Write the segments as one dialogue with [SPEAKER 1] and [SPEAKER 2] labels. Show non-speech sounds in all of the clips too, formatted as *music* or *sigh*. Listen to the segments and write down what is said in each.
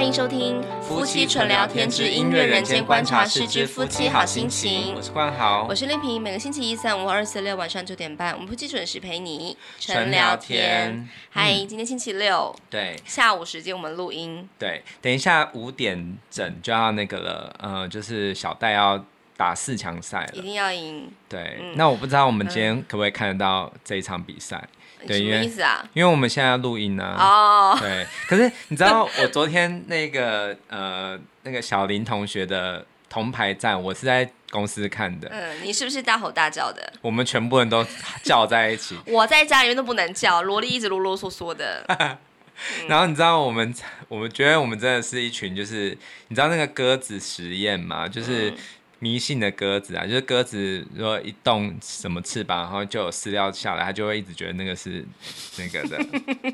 [SPEAKER 1] 迎收听
[SPEAKER 2] 夫妻纯聊天之音乐人间观察室之夫妻好心情。我是冠豪，
[SPEAKER 1] 我是丽萍。每个星期一、三、五和二、四、六晚上九点半，我们夫妻准时陪你
[SPEAKER 2] 纯聊天。嗯
[SPEAKER 1] 嗨、今天星期六
[SPEAKER 2] 对
[SPEAKER 1] 下午时间我们录音，
[SPEAKER 2] 对，等一下五点整就要那个了，呃，就是小戴要打四强赛
[SPEAKER 1] 一
[SPEAKER 2] 了。
[SPEAKER 1] 定要赢。
[SPEAKER 2] 对，
[SPEAKER 1] 嗯
[SPEAKER 2] 那我不知道我们今天可不可以看得到这一场比赛，对
[SPEAKER 1] 什
[SPEAKER 2] 因
[SPEAKER 1] 么
[SPEAKER 2] 为嗯
[SPEAKER 1] 意思啊？
[SPEAKER 2] 因为我们现在要录音呢、
[SPEAKER 1] 哦，
[SPEAKER 2] 对，可是你知道我昨天那个呃那个小林同学的铜牌战，我是在公司看的，
[SPEAKER 1] 嗯，你是不是大吼大叫的？
[SPEAKER 2] 我们全部人都叫在一起，
[SPEAKER 1] 我在家里面都不能叫，萝莉一直啰啰嗦嗦
[SPEAKER 2] *laughs*
[SPEAKER 1] 的。嗯
[SPEAKER 2] 然后你知道我们，我们觉得我们真的是一群，就是你知道那个鸽子实验嘛，就是
[SPEAKER 1] 嗯
[SPEAKER 2] 迷信的鸽子啊，就是鸽子如果一动什么翅膀，然后就有饲料下来，它就会一直觉得那个是 *laughs* 那个的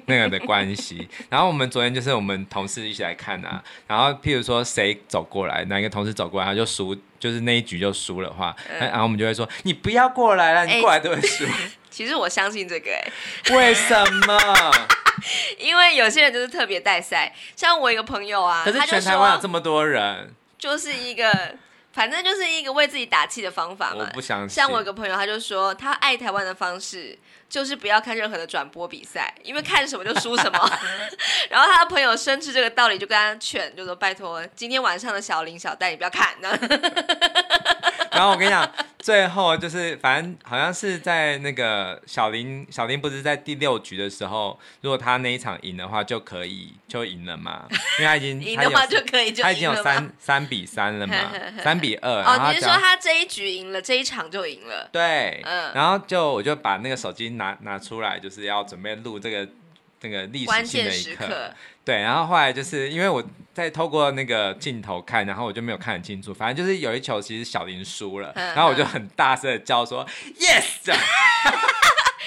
[SPEAKER 2] 那个的
[SPEAKER 1] *laughs*
[SPEAKER 2] 关系。然后我们昨天就是我们同事一起来看啊，然后譬如说谁走过来，哪一个同事走过来，他就输，就是那一局就输了话，哎然后我们就会说你不要过来了，
[SPEAKER 1] 嗯哎
[SPEAKER 2] 你过来都会输，
[SPEAKER 1] 其实我相信这个、欸，
[SPEAKER 2] *laughs* 为什么？
[SPEAKER 1] 因为有些人就是特别带赛，像我一个朋友啊，
[SPEAKER 2] 可
[SPEAKER 1] *laughs*
[SPEAKER 2] 是
[SPEAKER 1] 他就
[SPEAKER 2] 全台湾有
[SPEAKER 1] 说
[SPEAKER 2] 这么多人。
[SPEAKER 1] 就是一个，反正就是一个为自己打气的方法
[SPEAKER 2] 我
[SPEAKER 1] 嘛。
[SPEAKER 2] 不相信。
[SPEAKER 1] 像我有个朋友，他就说他爱台湾的方式就是不要看任何的转播比赛，因为看什么就输什么。
[SPEAKER 2] *laughs*
[SPEAKER 1] *laughs* 然后他的朋友深知这个道理，就跟他劝，就说拜托，今天晚上的小林小戴你不要看。
[SPEAKER 2] *laughs* 然后我跟你讲，最后就是反正好像是在那个小林，小林不是在第六局的时候，如果他那一场赢的话，就可以就赢了嘛，因为他已
[SPEAKER 1] *laughs*
[SPEAKER 2] 经
[SPEAKER 1] 赢
[SPEAKER 2] 他
[SPEAKER 1] 的
[SPEAKER 2] 有
[SPEAKER 1] 话就可以就
[SPEAKER 2] 他已经
[SPEAKER 1] 赢
[SPEAKER 2] 有
[SPEAKER 1] 了嘛。，
[SPEAKER 2] 三三比三了嘛
[SPEAKER 1] *laughs*
[SPEAKER 2] 三比二，然后
[SPEAKER 1] 哦，
[SPEAKER 2] 他
[SPEAKER 1] 你是
[SPEAKER 2] 只
[SPEAKER 1] 说
[SPEAKER 2] 要
[SPEAKER 1] 他这一局赢了，这一场就赢了？
[SPEAKER 2] 对，
[SPEAKER 1] 嗯
[SPEAKER 2] 然后就我就把那个手机拿拿出来，就是要准备录这个那个历
[SPEAKER 1] 关
[SPEAKER 2] 史性
[SPEAKER 1] 键
[SPEAKER 2] 的一
[SPEAKER 1] 时
[SPEAKER 2] 刻，
[SPEAKER 1] 刻，
[SPEAKER 2] 对，然后后来就是因为我在透过那个镜头看，然后我就没有看很清楚，反正就是有一球其实小林输了，
[SPEAKER 1] 嗯
[SPEAKER 2] 然后我就很大声的叫说 yes，这样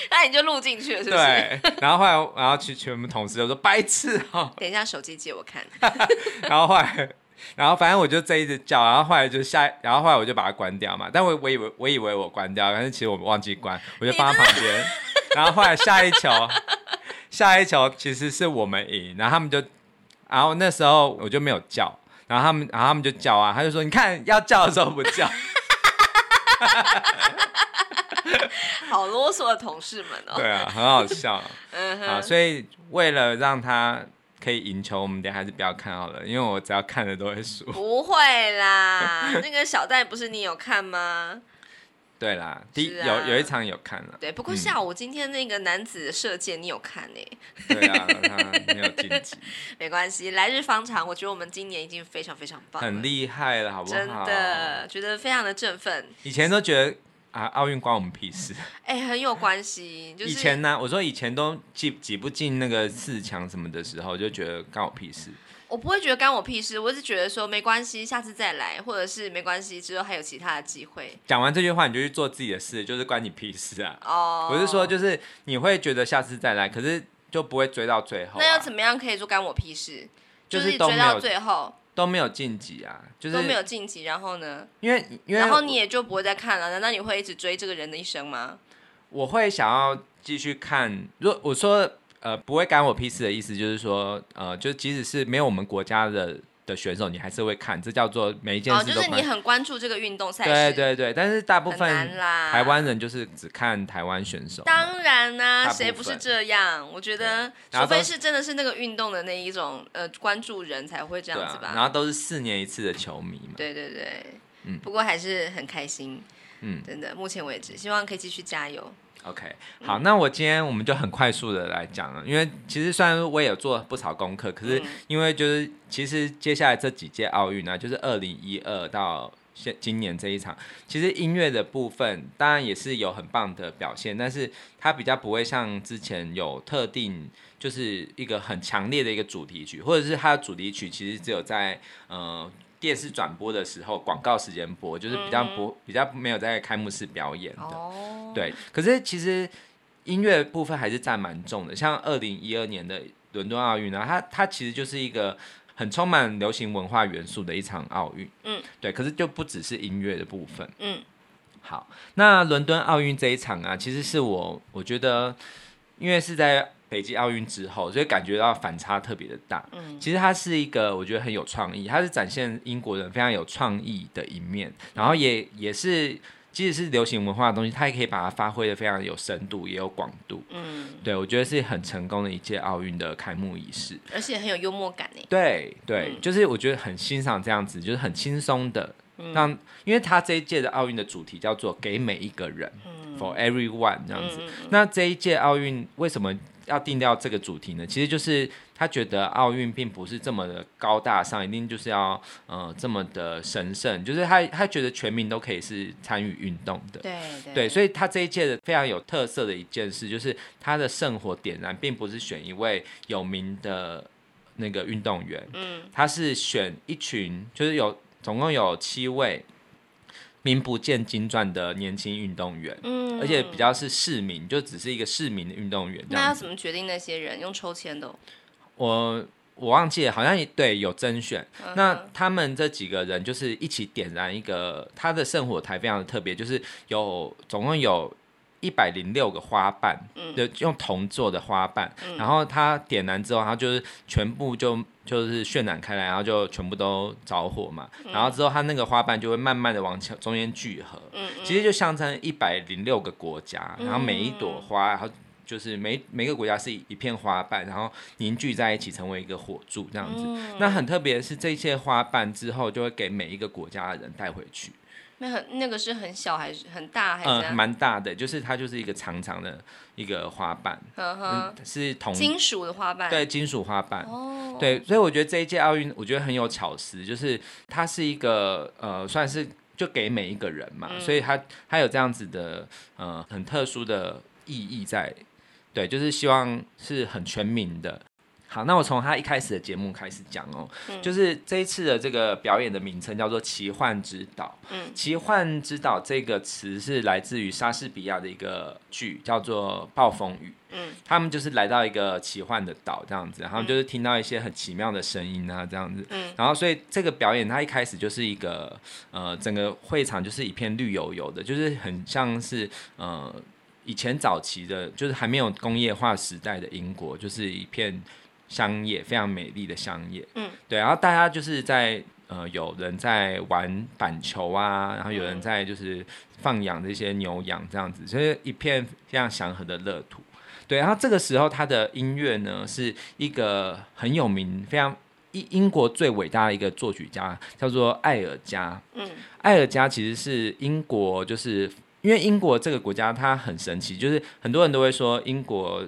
[SPEAKER 1] 那你就录进去了， *laughs* 是不是？
[SPEAKER 2] 对，然后后来然后去全部同事就说白痴哦、
[SPEAKER 1] 等一下手机借我看。
[SPEAKER 2] *laughs* 然后后来。然后反正我就这一直叫，然后后来就下，然后后来我就把它关掉嘛。但我我以为我以为我关掉，但是其实我忘记
[SPEAKER 1] *laughs*
[SPEAKER 2] 关，我就放在旁边。然后后来下一球，下一球其实是我们赢，然后他们就，然后那时候我就没有叫，然后他们然后他们就叫啊，他就说你看要叫的时候不
[SPEAKER 1] *laughs*
[SPEAKER 2] 叫，
[SPEAKER 1] 好啰嗦的同事们哦。
[SPEAKER 2] 对啊，很好笑
[SPEAKER 1] 嗯
[SPEAKER 2] 啊。
[SPEAKER 1] 哼，
[SPEAKER 2] 所以为了让他可以赢球，我们等一下还是不要看好了，因为我只要看了都会 *laughs* 输。
[SPEAKER 1] 不会啦，那个小戴不是你有看吗？
[SPEAKER 2] 对啦，第、
[SPEAKER 1] 是啊
[SPEAKER 2] 有有一场有看了。
[SPEAKER 1] 对，不过
[SPEAKER 2] 嗯
[SPEAKER 1] 下午今天那个男子射箭你有看呢、
[SPEAKER 2] *laughs* 对啊，他没有晋级，
[SPEAKER 1] *laughs* 没关系，来日方长。我觉得我们今年已经非常非常棒了，
[SPEAKER 2] 很厉害哦了，好不好？
[SPEAKER 1] 真，的觉得非常的振奋，
[SPEAKER 2] 以前都觉得啊，奥运关我们屁事。
[SPEAKER 1] 哎，很有关
[SPEAKER 2] *laughs*
[SPEAKER 1] 系。 *laughs* 就是
[SPEAKER 2] 以前呢、我说以前都挤挤不进那个四强什么的时候，就觉得干我屁事。
[SPEAKER 1] 我不会觉得干我屁事，我只觉得说没关系，下次再来，或者是没关系，之后还有其他的机会
[SPEAKER 2] 讲完这句话，你就去做自己的事，就是关你屁事啊！
[SPEAKER 1] 哦。
[SPEAKER 2] 我是说，就是你会觉得下次再来，可是就不会追到最后、啊，
[SPEAKER 1] 那要怎么样可以说干我屁事？
[SPEAKER 2] 就是是
[SPEAKER 1] 你
[SPEAKER 2] 都
[SPEAKER 1] 追
[SPEAKER 2] 没
[SPEAKER 1] 到
[SPEAKER 2] 有
[SPEAKER 1] 最后
[SPEAKER 2] 都没有晋级啊？就是
[SPEAKER 1] 都没有晋级，然后呢？
[SPEAKER 2] 因为因为
[SPEAKER 1] 然后你也就不会再看了？难道你会一直追这个人的一生吗？
[SPEAKER 2] 我会想要继续看。如果我说呃不会干我屁事的意思，就是说呃，就即使是没有我们国家的的选手，你还是会看，这叫做每一件
[SPEAKER 1] 哦，
[SPEAKER 2] 事
[SPEAKER 1] 就
[SPEAKER 2] 都
[SPEAKER 1] 是
[SPEAKER 2] 看。
[SPEAKER 1] 你很关注这个运动赛
[SPEAKER 2] 对
[SPEAKER 1] 事，
[SPEAKER 2] 对对，但是大部
[SPEAKER 1] 很难
[SPEAKER 2] 分
[SPEAKER 1] 啦。
[SPEAKER 2] 台湾人就是只看台湾选手嘛。
[SPEAKER 1] 当然啦、
[SPEAKER 2] 大部分
[SPEAKER 1] 谁不是这样？我觉得，
[SPEAKER 2] 然
[SPEAKER 1] 除
[SPEAKER 2] 后都
[SPEAKER 1] 非是真的是那个运动的那一种呃关注人才会这
[SPEAKER 2] 对
[SPEAKER 1] 样子
[SPEAKER 2] 啊，
[SPEAKER 1] 吧。
[SPEAKER 2] 然后都是四年一次的球迷嘛。
[SPEAKER 1] 对对对，
[SPEAKER 2] 嗯
[SPEAKER 1] 不过还是很开心，
[SPEAKER 2] 嗯
[SPEAKER 1] 真的，目前为止，希望可以继续加油。
[SPEAKER 2] OK，好，那我今天我们就很快速的来讲了，因为其实虽然我也有做不少功课，可是
[SPEAKER 1] 嗯
[SPEAKER 2] 因为就是其实接下来这几届奥运呢、啊就是二零一二到现今年这一场，其实音乐的部分当然也是有很棒的表现，但是它比较不会像之前有特定就是一个很强烈的一个主题曲，或者是它的主题曲其实只有在呃。电视转播的时候，广告时间播，就是比较不、比较没有在开幕式表演的。
[SPEAKER 1] 哦，
[SPEAKER 2] 对，可是其实音乐部分还是占蛮重的，像二零一二年的伦敦奥运呢，它它其实就是一个很充满流行文化元素的一场奥运。
[SPEAKER 1] 嗯，
[SPEAKER 2] 对，可是就不只是音乐的部分。
[SPEAKER 1] 嗯，
[SPEAKER 2] 好，那伦敦奥运这一场啊，其实是我我觉得因为是在北京奥运之后，所以感觉到反差特别的大。
[SPEAKER 3] 嗯
[SPEAKER 2] 其实它是一个我觉得很有创意，它是展现英国人非常有创意的一面，然后也也是即使是流行文化的东西，它也可以把它发挥的非常有深度，也有广度。
[SPEAKER 3] 嗯，
[SPEAKER 2] 对，我觉得是很成功的一届奥运的开幕仪式。
[SPEAKER 3] 而且很有幽默感呢。
[SPEAKER 2] 对对，
[SPEAKER 3] 嗯
[SPEAKER 2] 就是我觉得很欣赏这样子，就是很轻松的
[SPEAKER 3] 嗯
[SPEAKER 2] 让，因为他这一届的奥运的主题叫做“给每一个人、
[SPEAKER 3] 嗯
[SPEAKER 2] f o r everyone” 这样子。
[SPEAKER 3] 嗯嗯
[SPEAKER 2] 那这一届奥运为什么要定掉这个主题呢？其实就是他觉得奥运并不是这么的高大上，一定就是要呃这么的神圣，就是他他觉得全民都可以是参与运动的。
[SPEAKER 3] 对对
[SPEAKER 2] 对，所
[SPEAKER 3] 以
[SPEAKER 2] 以他这一届的非常有特色的一件事，就是他的圣火点燃，并不是选一位有名的那个运动员，
[SPEAKER 3] 嗯
[SPEAKER 2] 他是选一群，就是有总共有七位名不见经传的年轻运动员，
[SPEAKER 3] 嗯，
[SPEAKER 2] 而且比。较是市民，就只是一个市民的运动员这
[SPEAKER 3] 那要
[SPEAKER 2] 样子。
[SPEAKER 3] 怎么决定那些人？用抽签的哦、
[SPEAKER 2] 我我忘记了，好像也对有甄选。
[SPEAKER 3] 嗯哼
[SPEAKER 2] 那他们这几个人就是一起点燃一个，他的圣火台非常的特别，就是有总共有一百零六个花瓣，
[SPEAKER 3] 嗯
[SPEAKER 2] 就用铜做的花瓣，
[SPEAKER 3] 嗯
[SPEAKER 2] 然后它点燃之后，它就是全部就就是渲染开来，然后就全部都着火嘛，然后之后它那个花瓣就会慢慢的往前中间聚合，
[SPEAKER 3] 嗯嗯
[SPEAKER 2] 其实就象征一百零六个国家，然后每一朵
[SPEAKER 3] 嗯
[SPEAKER 2] 花，然后就是每每个国家是一片花瓣，然后凝聚在一起成为一个火柱这样子。
[SPEAKER 3] 嗯
[SPEAKER 2] 那很特别的是，这些花瓣之后就会给每一个国家的人带回去，
[SPEAKER 3] 那很那个是很小还是很大还是
[SPEAKER 2] 嗯、
[SPEAKER 3] 怎样？
[SPEAKER 2] 蛮大的，就是它就是一个长长的一个花瓣，
[SPEAKER 3] 嗯
[SPEAKER 2] 嗯
[SPEAKER 3] 哼，，
[SPEAKER 2] 是铜
[SPEAKER 3] 金属的花瓣。
[SPEAKER 2] 对金属花瓣，
[SPEAKER 3] 哦，
[SPEAKER 2] 对，所以我觉得这一届奥运，我觉得很有巧思，就是它是一个呃，算是就给每一个人嘛，
[SPEAKER 3] 嗯
[SPEAKER 2] 所以它它有这样子的呃很特殊的意义在，对，就是希望是很全民的。好，那我从它一开始的节目开始讲哦，
[SPEAKER 3] 嗯
[SPEAKER 2] 就是这一次的这个表演的名称叫做《奇幻之岛》。
[SPEAKER 3] 嗯
[SPEAKER 2] 奇幻之岛这个词是来自于莎士比亚的一个剧，叫做《暴风雨》。
[SPEAKER 3] 嗯
[SPEAKER 2] 他们就是来到一个奇幻的岛这样子，然后就是听到一些很奇妙的声音啊这样子，
[SPEAKER 3] 嗯
[SPEAKER 2] 然后所以这个表演它一开始就是一个呃整个会场就是一片绿油油的，就是很像是呃以前早期的，就是还没有工业化时代的英国，就是一片乡野非常美丽的乡野，
[SPEAKER 3] 嗯，
[SPEAKER 2] 对，然后大家就是在。呃，有人在玩板球啊，然后有人在就是放养这些牛羊这样子，就是一片非常祥和的乐土。对，然后这个时候他的音乐呢是一个很有名、非常英英国最伟大的一个作曲家，叫做艾尔加。
[SPEAKER 3] 嗯
[SPEAKER 2] 艾尔加其实是英国，就是因为英国这个国家它很神奇，就是很多人都会说英国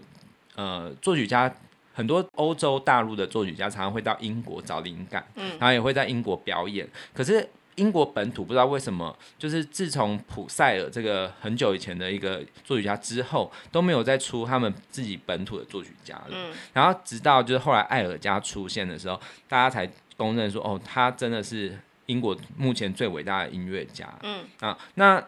[SPEAKER 2] 呃作曲家。很多欧洲大陆的作曲家常常会到英国找灵感，
[SPEAKER 3] 嗯
[SPEAKER 2] 然后也会在英国表演。可是英国本土不知道为什么，就是自从普塞尔这个很久以前的一个作曲家之后，都没有再出他们自己本土的作曲家了。
[SPEAKER 3] 嗯
[SPEAKER 2] 然后直到就是后来艾尔加出现的时候，大家才公认说，哦，他真的是英国目前最伟大的音乐家。
[SPEAKER 3] 嗯
[SPEAKER 2] 啊，那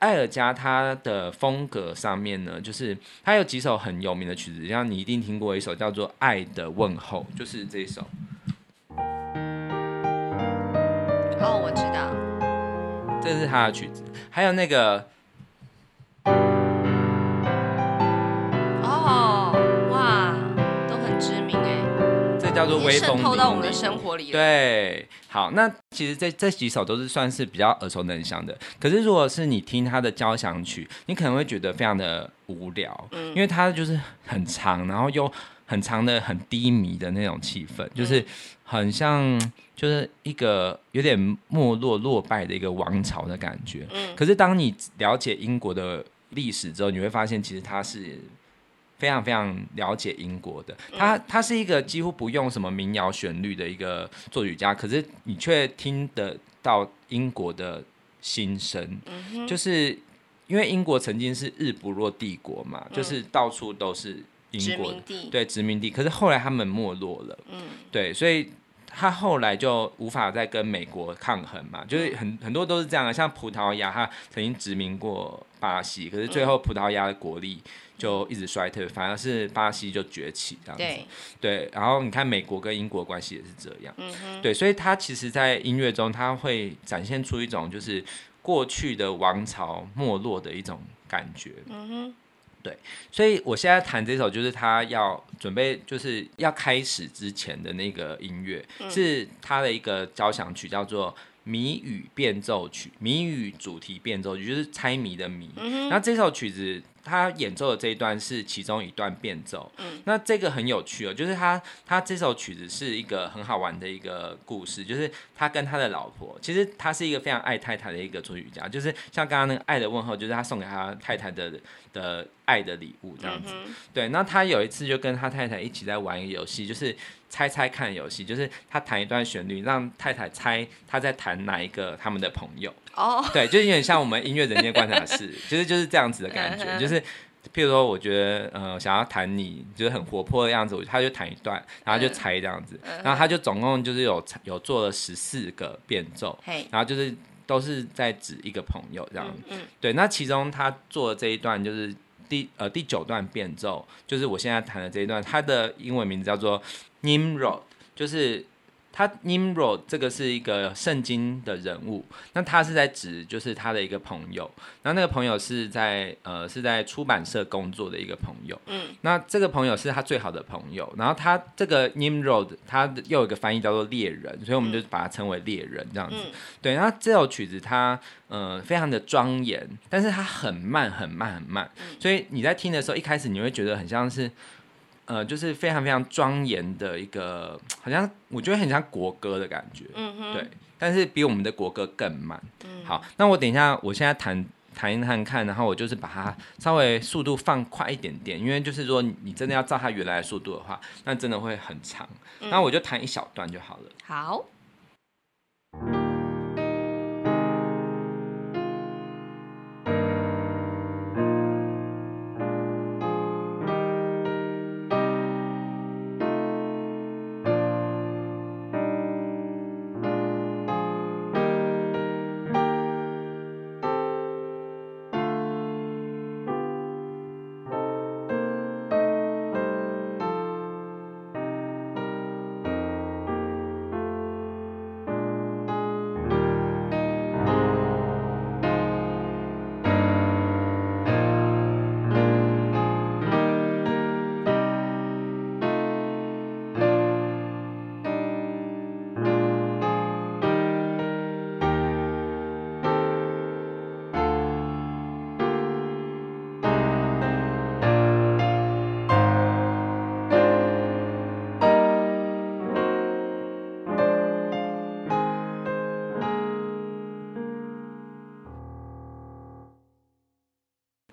[SPEAKER 2] 艾尔加他的风格上面呢，就是他有几首很有名的曲子，像你一定听过一首叫做《爱的问候》，就是这一首。
[SPEAKER 3] 哦，我知道，
[SPEAKER 2] 这是他的曲子，还有那个
[SPEAKER 3] 哦，哇，都很知名哎，
[SPEAKER 2] 这叫做
[SPEAKER 3] 已
[SPEAKER 2] 微
[SPEAKER 3] 经
[SPEAKER 2] 风
[SPEAKER 3] 渗透到我们
[SPEAKER 2] 凛
[SPEAKER 3] 的
[SPEAKER 2] 冽
[SPEAKER 3] 生活里了。
[SPEAKER 2] 对，好，那其实这这几首都是算是比较耳熟能详的。可是如果是你听他的交响曲，你可能会觉得非常的无聊，
[SPEAKER 3] 嗯
[SPEAKER 2] 因为它就是很长，然后又很长的很低迷的那种气氛，就是很像就是一个有点没落落败的一个王朝的感觉。
[SPEAKER 3] 嗯
[SPEAKER 2] 可是当你了解英国的历史之后，你会发现其实它是非常非常了解英国的。它
[SPEAKER 3] 嗯
[SPEAKER 2] 它是一个几乎不用什么民谣旋律的一个作曲家，可是你却听得到英国的心声，
[SPEAKER 3] 嗯哼，
[SPEAKER 2] 就是因为英国曾经是日不落帝国嘛，
[SPEAKER 3] 嗯
[SPEAKER 2] 就是到处都是英
[SPEAKER 3] 殖
[SPEAKER 2] 国
[SPEAKER 3] 民地。
[SPEAKER 2] 对殖民地，可是后来他们没落了。
[SPEAKER 3] 嗯
[SPEAKER 2] 对，所以他后来就无法再跟美国抗衡嘛，就是很很多都是这样的，啊像葡萄牙，它曾经殖民过巴西，可是最后葡萄牙的国力就一直衰退，反而是巴西就崛起这样子。
[SPEAKER 3] 对，
[SPEAKER 2] 对然后你看美国跟英国关系也是这样。
[SPEAKER 3] 嗯哼，
[SPEAKER 2] 对，所以他其实，在音乐中，他会展现出一种就是过去的王朝没落的一种感觉。
[SPEAKER 3] 嗯哼，
[SPEAKER 2] 所以我现在弹这首就是他要准备就是要开始之前的那个音乐，是他的一个交响曲，叫做。谜语变奏曲，谜语主题变奏曲就是猜谜的
[SPEAKER 1] 嗯
[SPEAKER 3] 嗯
[SPEAKER 2] 谜。那这首曲子他演奏的这一段是其中一段变奏。那这个很有趣哦，就是他他这首曲子是一个很好玩的一个故事，就是他跟他的老婆，其实他是一个非常爱太太的一个作曲家，就是像刚刚那个爱的问候，就是他送给他太太的的爱的礼物这样
[SPEAKER 3] 嗯
[SPEAKER 1] 嗯
[SPEAKER 2] 子。对，那他有一次就跟他太太一起在玩一个游戏，就是猜猜看游戏，就是他弹一段旋律，让太太猜他在弹哪一个他们的朋友。
[SPEAKER 1] 哦，
[SPEAKER 2] 对，就是有点像我们音乐人间观察室，就是就是这样子的感觉，就是。譬如说，我觉得呃，想要弹你就是很活泼的样子，我他就弹一段，然后就猜这样子，
[SPEAKER 3] 嗯
[SPEAKER 2] 然后他就总共就是有有做了十四个变奏，
[SPEAKER 3] 嘿，
[SPEAKER 2] 然后就是都是在指一个朋友这样
[SPEAKER 3] 嗯嗯，
[SPEAKER 2] 对，那其中他做的这一段就是第呃第九段变奏，就是我现在弹的这一段，它的英文名字叫做 Nimrod，就是他 Nimrod 这个是一个圣经的人物，那他是在指就是他的一个朋友，那那个朋友是在呃是在出版社工作的一个朋友，
[SPEAKER 3] 嗯，
[SPEAKER 2] 那这个朋友是他最好的朋友，然后他这个 Nimrod 他的又有一个翻译叫做猎人，所以我们就把它称为猎人这样子，
[SPEAKER 3] 嗯
[SPEAKER 2] 对，那这首曲子它呃非常的庄严，但是它很慢很慢很慢，
[SPEAKER 3] 嗯
[SPEAKER 2] 所以你在听的时候，一开始你会觉得很像是呃就是非常非常庄严的一个，好像我觉得很像国歌的感觉，
[SPEAKER 3] 嗯哼，嗯
[SPEAKER 2] 对，但是比我们的国歌更慢。
[SPEAKER 1] 嗯
[SPEAKER 2] 好，那我等一下，我现在弹弹一弹看，然后我就是把它稍微速度放快一点点，因为就是说你你真的要照它原来的速度的话，那真的会很长。
[SPEAKER 1] 嗯
[SPEAKER 2] 那我就弹一小段就好了。
[SPEAKER 1] 好，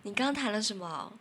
[SPEAKER 1] 你刚刚谈了什么？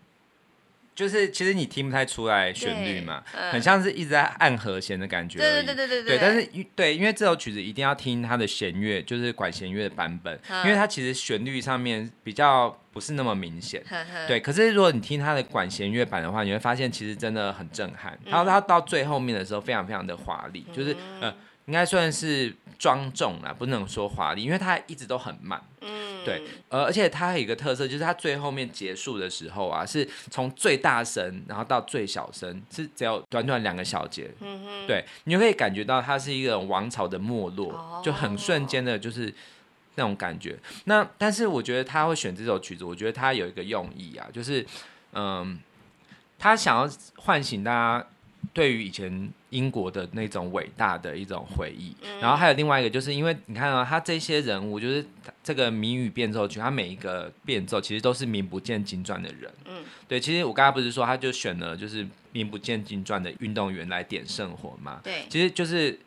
[SPEAKER 2] 就是其实你听不太出来旋律嘛，
[SPEAKER 1] 对嗯
[SPEAKER 2] 很像是一直在按和弦的感觉而已。
[SPEAKER 1] 对对对对对，
[SPEAKER 2] 对，但是因对，因为这首曲子一定要听它的弦乐，就是管弦乐的版本，
[SPEAKER 1] 嗯
[SPEAKER 2] 因为它其实旋律上面比较不是那么明显。
[SPEAKER 1] 呵呵，
[SPEAKER 2] 对，可是如果你听它的管弦乐版的话，你会发现其实真的很震撼。然后它到最后面的时候，非常非常的华丽，就是
[SPEAKER 1] 嗯
[SPEAKER 3] 嗯
[SPEAKER 2] 呃，应该算是庄重啦，不能说华丽，因为它一直都很慢。
[SPEAKER 3] 嗯，
[SPEAKER 2] 对，呃，而且它还有一个特色，就是它最后面结束的时候啊，是从最大声，然后到最小声，是只有短短两个小节。
[SPEAKER 3] 嗯哼，
[SPEAKER 2] 对，你就可以感觉到它是一个王朝的没落，就很瞬间的，就是那种感觉。那但是我觉得他会选这首曲子，我觉得他有一个用意啊，就是嗯，他想要唤醒大家对于以前英国的那种伟大的一种回忆。
[SPEAKER 3] 嗯
[SPEAKER 1] 嗯
[SPEAKER 2] 然后还有另外一个，就是因为你看啊，他这些人物，就是这个谜语变奏曲，他每一个变奏其实都是名不见经传的人。
[SPEAKER 3] 嗯，
[SPEAKER 2] 对，其实我刚刚不是说他就选了就是名不见经传的运动员来点圣火嘛？
[SPEAKER 3] 对，
[SPEAKER 2] 其实就是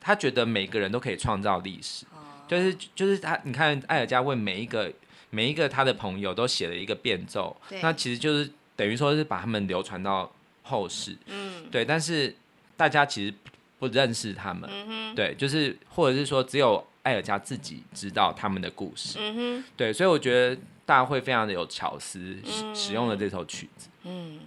[SPEAKER 2] 他觉得每个人都可以创造历史。
[SPEAKER 3] 哦
[SPEAKER 2] 就是就是他，你看艾尔加为每一个每一个他的朋友都写了一个变奏
[SPEAKER 3] 对，
[SPEAKER 2] 那其实就是等于说是把他们流传到后世，
[SPEAKER 3] 嗯
[SPEAKER 2] 对，但是大家其实不认识他们，
[SPEAKER 3] 嗯哼，
[SPEAKER 2] 对，就是或者是说只有艾尔加自己知道他们的故事，
[SPEAKER 3] 嗯哼，
[SPEAKER 2] 对，所以我觉得大家会非常的有巧思，使
[SPEAKER 3] 嗯
[SPEAKER 2] 使用了这首曲子。
[SPEAKER 3] 嗯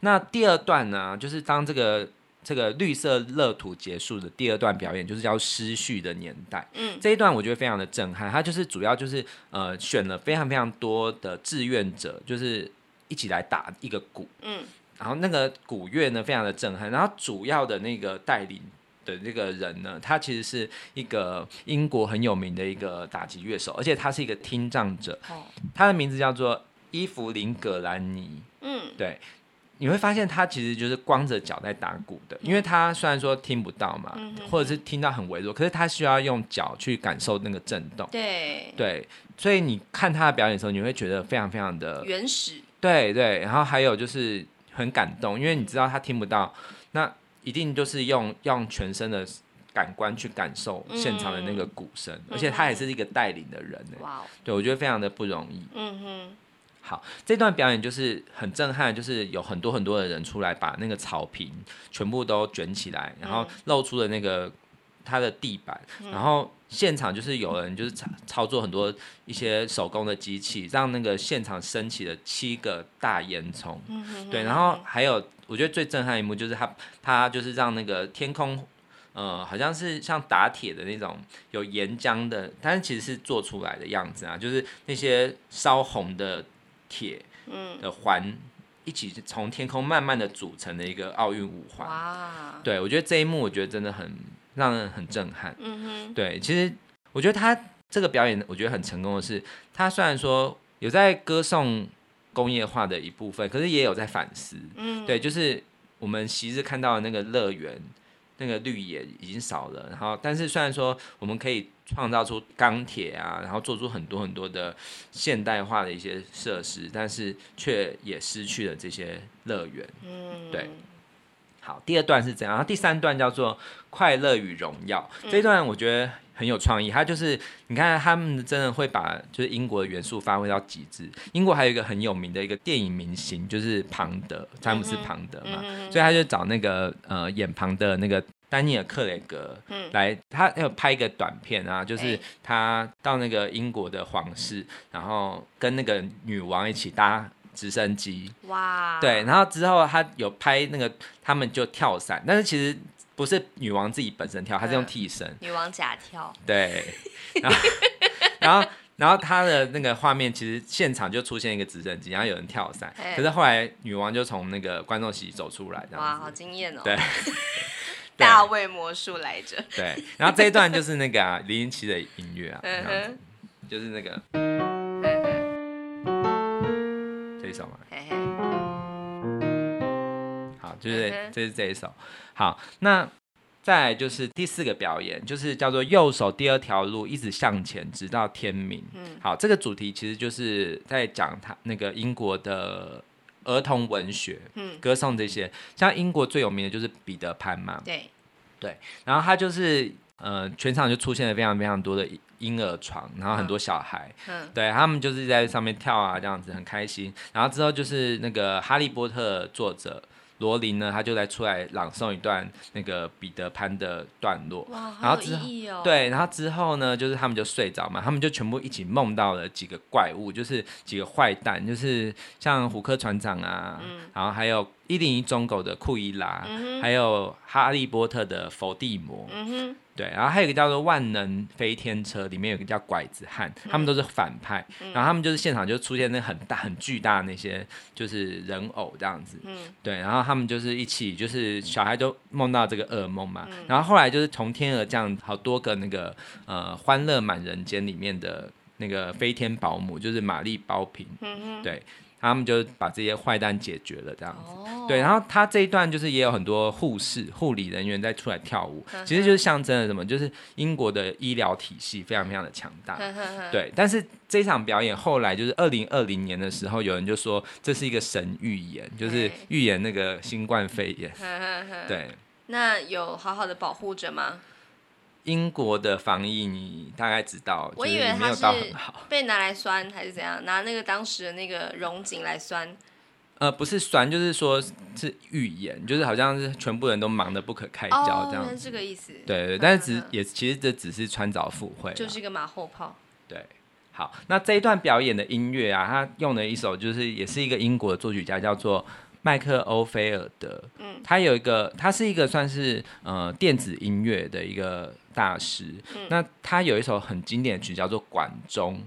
[SPEAKER 2] 那第二段呢，就是当这个这个绿色乐土结束的第二段表演，就是叫失序的年代。
[SPEAKER 3] 嗯
[SPEAKER 2] 这一段我觉得非常的震撼，它就是主要就是呃选了非常非常多的志愿者，就是一起来打一个鼓，
[SPEAKER 3] 嗯
[SPEAKER 2] 然后那个鼓乐呢非常的震撼，然后主要的那个带领。的那个人呢，他其实是一个英国很有名的一个打击乐手，而且他是一个听障者，
[SPEAKER 3] 哦，
[SPEAKER 2] 他的名字叫做伊芙琳·葛兰妮，
[SPEAKER 3] 嗯，
[SPEAKER 2] 对，你会发现他其实就是光着脚在打鼓的，因为他虽然说听不到嘛，啊
[SPEAKER 3] 嗯
[SPEAKER 1] 嗯
[SPEAKER 2] 或者是听到很微弱，可是他需要用脚去感受那个震动。
[SPEAKER 3] 对，
[SPEAKER 2] 对，所以你看他的表演的时候，你会觉得非常非常的
[SPEAKER 3] 原始，
[SPEAKER 2] 对对，然后还有就是很感动，因为你知道他听不到，那一定就是用用全身的感官去感受现场的那个鼓声，而且他也是一个带领的人呢。
[SPEAKER 1] 嗯
[SPEAKER 3] 哇哦，
[SPEAKER 2] 对，我觉得非常的不容易。
[SPEAKER 3] 嗯哼，
[SPEAKER 2] 好，这段表演就是很震撼，就是有很多很多的人出来把那个草坪全部都卷起来，然后露出了那个它的地板，然后现场就是有人就是操操作很多一些手工的机器，让那个现场升起了七个大烟囱，
[SPEAKER 3] 嗯哼，
[SPEAKER 2] 对，然后还有我觉得最震撼一幕就是他他就是让那个天空。呃，好像是像打铁的那种有岩浆的，但是其实是做出来的样子啊，就是那些烧红的铁
[SPEAKER 3] 嗯，
[SPEAKER 2] 的呃环一起从天空慢慢的组成的一个奥运五环。
[SPEAKER 1] 哦
[SPEAKER 3] 哇，
[SPEAKER 2] 对，我觉得这一幕我觉得真的很让人很震撼。
[SPEAKER 3] 嗯哼，
[SPEAKER 2] 对，其实我觉得他这个表演，我觉得很成功的是，他虽然说有在歌颂工业化的一部分，可是也有在反思。
[SPEAKER 3] 嗯，
[SPEAKER 2] 对，就是我们昔日看到的那个乐园。那个绿野已经少了，然后但是虽然说我们可以创造出钢铁啊，然后做出很多很多的现代化的一些设施，但是却也失去了这些乐园。
[SPEAKER 3] 嗯，
[SPEAKER 2] 对，好，第二段是这样，然后第三段叫做《快乐与荣耀》。这一段我觉得很有创意，它就是你看他们真的会把就是英国的元素发挥到极致。英国还有一个很有名的一个电影明星，就是庞德，詹姆斯庞德
[SPEAKER 3] 嗯
[SPEAKER 1] 嗯
[SPEAKER 2] 嘛，所以他就找那个呃演庞德的那个。丹尼尔·克雷格
[SPEAKER 3] 嗯
[SPEAKER 2] 来，他要拍一个短片啊，就是
[SPEAKER 3] 哎
[SPEAKER 2] 他到那个英国的皇室，然后跟那个女王一起搭直升机，
[SPEAKER 3] 哇，
[SPEAKER 2] 对，，然后之后他有拍那个，他们就跳伞，但是其实不是女王自己本身跳，她是用
[SPEAKER 3] 嗯
[SPEAKER 2] 替身，
[SPEAKER 3] 女王假跳，
[SPEAKER 2] 对，然后然后然后他的那个画面其实现场就出现一个直升机，然后有人跳伞，
[SPEAKER 3] 哎
[SPEAKER 2] 可是后来女王就从那个观众席走出来，这
[SPEAKER 3] 哇，
[SPEAKER 2] 样
[SPEAKER 3] 好
[SPEAKER 2] 子，
[SPEAKER 3] 惊艳哦，
[SPEAKER 2] 对对
[SPEAKER 1] 大卫魔术来着，
[SPEAKER 2] 对，然后这一段就是那个啊林英奇的音乐啊，这
[SPEAKER 1] 嗯
[SPEAKER 2] 样子
[SPEAKER 1] 哼，
[SPEAKER 2] 就是那个
[SPEAKER 1] 嗯哼，
[SPEAKER 2] 这一首嘛，
[SPEAKER 1] 嘿嘿，
[SPEAKER 2] 好，就是
[SPEAKER 1] 嗯哼
[SPEAKER 2] 这是这一首。好，那再来就是第四个表演，就是叫做右手第二条路一直向前，直到天明。
[SPEAKER 3] 嗯
[SPEAKER 2] 好，这个主题其实就是在讲他那个英国的儿童文学，
[SPEAKER 3] 嗯，
[SPEAKER 2] 歌颂这些。像英国最有名的就是彼得潘嘛，
[SPEAKER 3] 对，
[SPEAKER 2] 然后他就是呃，全场就出现了非常非常多的婴婴儿床，然后很多小孩，
[SPEAKER 3] 嗯
[SPEAKER 2] 对他们就是在上面跳啊，这样子很开心。然后之后就是那个《哈利波特》作者罗琳呢，他就来出来朗诵一段那个彼得潘的段落。
[SPEAKER 3] 哇，好
[SPEAKER 2] 然后
[SPEAKER 3] 有
[SPEAKER 2] 之后
[SPEAKER 3] 意义哦，，
[SPEAKER 2] 对，然后之后呢，就是他们就睡着嘛，他们就全部一起梦到了几个怪物，就是几个坏蛋，就是像胡克船长啊，然后还有一零一忠狗的库伊拉，还有哈利波特的伏地魔，
[SPEAKER 3] 嗯哼，
[SPEAKER 2] 对，然后还有一个叫做万能飞天车，里面有一个叫拐子汉，他
[SPEAKER 3] 嗯
[SPEAKER 2] 们都是反派，然后他们就是现场就出现那很大很巨大的那些就是人偶这样子，
[SPEAKER 3] 嗯
[SPEAKER 2] 对，然后他们就是一起就是小孩都梦到这个噩梦嘛，
[SPEAKER 3] 嗯
[SPEAKER 2] 然后后来就是从天而降好多个那个呃欢乐满人间里面的那个飞天保姆就是玛丽包平，
[SPEAKER 3] 嗯
[SPEAKER 2] 对他们就把这些坏蛋解决了这样
[SPEAKER 3] 哼，
[SPEAKER 2] 子。
[SPEAKER 3] 哦，
[SPEAKER 2] 对，然后他这一段就是也有很多护士、护理人员在出来跳舞
[SPEAKER 3] 嗯，哼
[SPEAKER 2] 其实就是象征了什么？就是英国的医疗体系非常非常的强大。
[SPEAKER 3] 呵呵呵，
[SPEAKER 2] 对，但是这场表演后来就是二零二零年的时候，有人就说这是一个神预言，就
[SPEAKER 3] 对
[SPEAKER 2] 是
[SPEAKER 3] 嗯
[SPEAKER 2] 预言那个新冠肺炎。
[SPEAKER 3] 呵呵呵，
[SPEAKER 2] 对，
[SPEAKER 3] 那有好好的保护着吗？
[SPEAKER 2] 英国的防疫你大概知道，
[SPEAKER 3] 我
[SPEAKER 2] 就是
[SPEAKER 3] 以为
[SPEAKER 2] 没
[SPEAKER 3] 它
[SPEAKER 2] 有
[SPEAKER 3] 是
[SPEAKER 2] 到很好。
[SPEAKER 3] 被拿来酸还是怎样？拿那个当时的那个绒锦来酸，
[SPEAKER 2] 呃，不是酸，就是说是预言，就是好像是全部人都忙得不可开交这
[SPEAKER 3] 原
[SPEAKER 2] 样
[SPEAKER 3] 来
[SPEAKER 2] 子。
[SPEAKER 3] 是这个意思，
[SPEAKER 2] 对对，但是只
[SPEAKER 3] 哦嗯
[SPEAKER 2] 也其实这只是穿凿附会啦，
[SPEAKER 3] 就是一个马后炮。
[SPEAKER 2] 对，好，那这一段表演的音乐啊，他用了一首就是也是一个英国的作曲家叫做麦克欧菲尔德，嗯，他有一个，他是一个算是呃电子音乐的一个大师，那他有一首很经典的曲叫做《管钟》，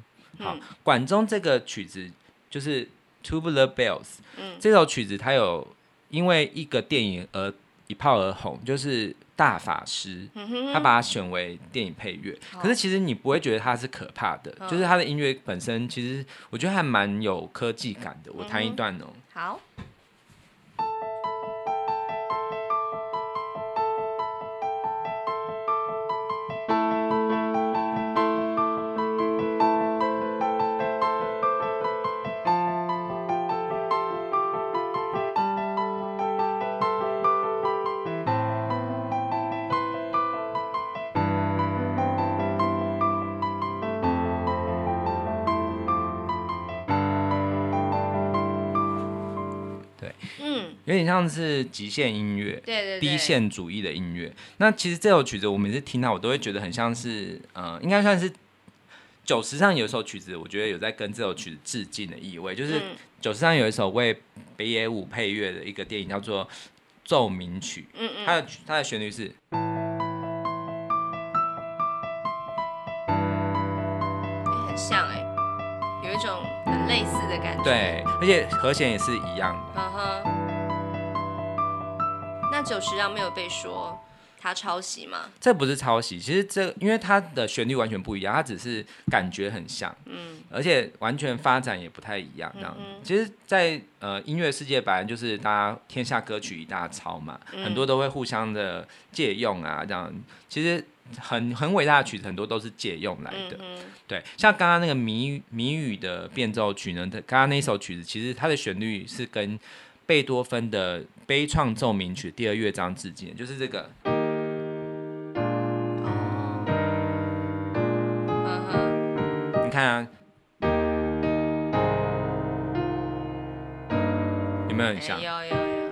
[SPEAKER 2] 好，管钟》这个曲子就是 Tubular Bells，
[SPEAKER 3] 嗯
[SPEAKER 2] 这首曲子它有因为一个电影而一炮而红，就是大法师，
[SPEAKER 3] 嗯
[SPEAKER 1] 嗯
[SPEAKER 2] 他把它选为电影配乐。可是其实你不会觉得它是可怕的，就是
[SPEAKER 1] 嗯
[SPEAKER 2] 它的音乐本身，其实我觉得还蛮有科技感的。我弹
[SPEAKER 1] 嗯
[SPEAKER 2] 一段哦、
[SPEAKER 1] 好，嗯，
[SPEAKER 2] 有点像是极限音乐。
[SPEAKER 1] 对对对，
[SPEAKER 2] 低线主义的音乐。那其实这首曲子，我每次听到，我都会觉得很像是，呃，应该算是九十上有一首曲子，我觉得有在跟这首曲子致敬的意味。就是
[SPEAKER 1] 嗯
[SPEAKER 2] 九十上有一首为北野武配乐的一个电影，叫做《奏鸣曲》，
[SPEAKER 1] 嗯嗯，
[SPEAKER 2] 它的它的旋律是。
[SPEAKER 1] 诶很像
[SPEAKER 3] 欸
[SPEAKER 1] 哎、有一种很类似的感觉。，
[SPEAKER 2] 对，而且和弦也是一样的。
[SPEAKER 1] 嗯哼。那九十让没有被说他抄袭吗？
[SPEAKER 2] 这不是抄袭，其实这因为它的旋律完全不一样，它只是感觉很像，
[SPEAKER 1] 嗯，
[SPEAKER 2] 而且完全发展也不太一样这样子。其实在，呃音乐世界，本来就是大家天下歌曲一大抄嘛，
[SPEAKER 3] 嗯
[SPEAKER 1] 嗯
[SPEAKER 2] 很多都会互相的借用啊，这样其实。很很伟大的曲子，很多都是借用来的。
[SPEAKER 1] 嗯
[SPEAKER 2] 对，像刚刚那个谜语谜语的变奏曲呢，它刚刚那首曲子，其实它的旋律是跟贝多芬的《悲怆奏鸣曲》第二乐章致敬的，就是这个。
[SPEAKER 1] 哼，哦，嗯哼，
[SPEAKER 2] 你看啊，有没有很像
[SPEAKER 1] 诶？哎有有有，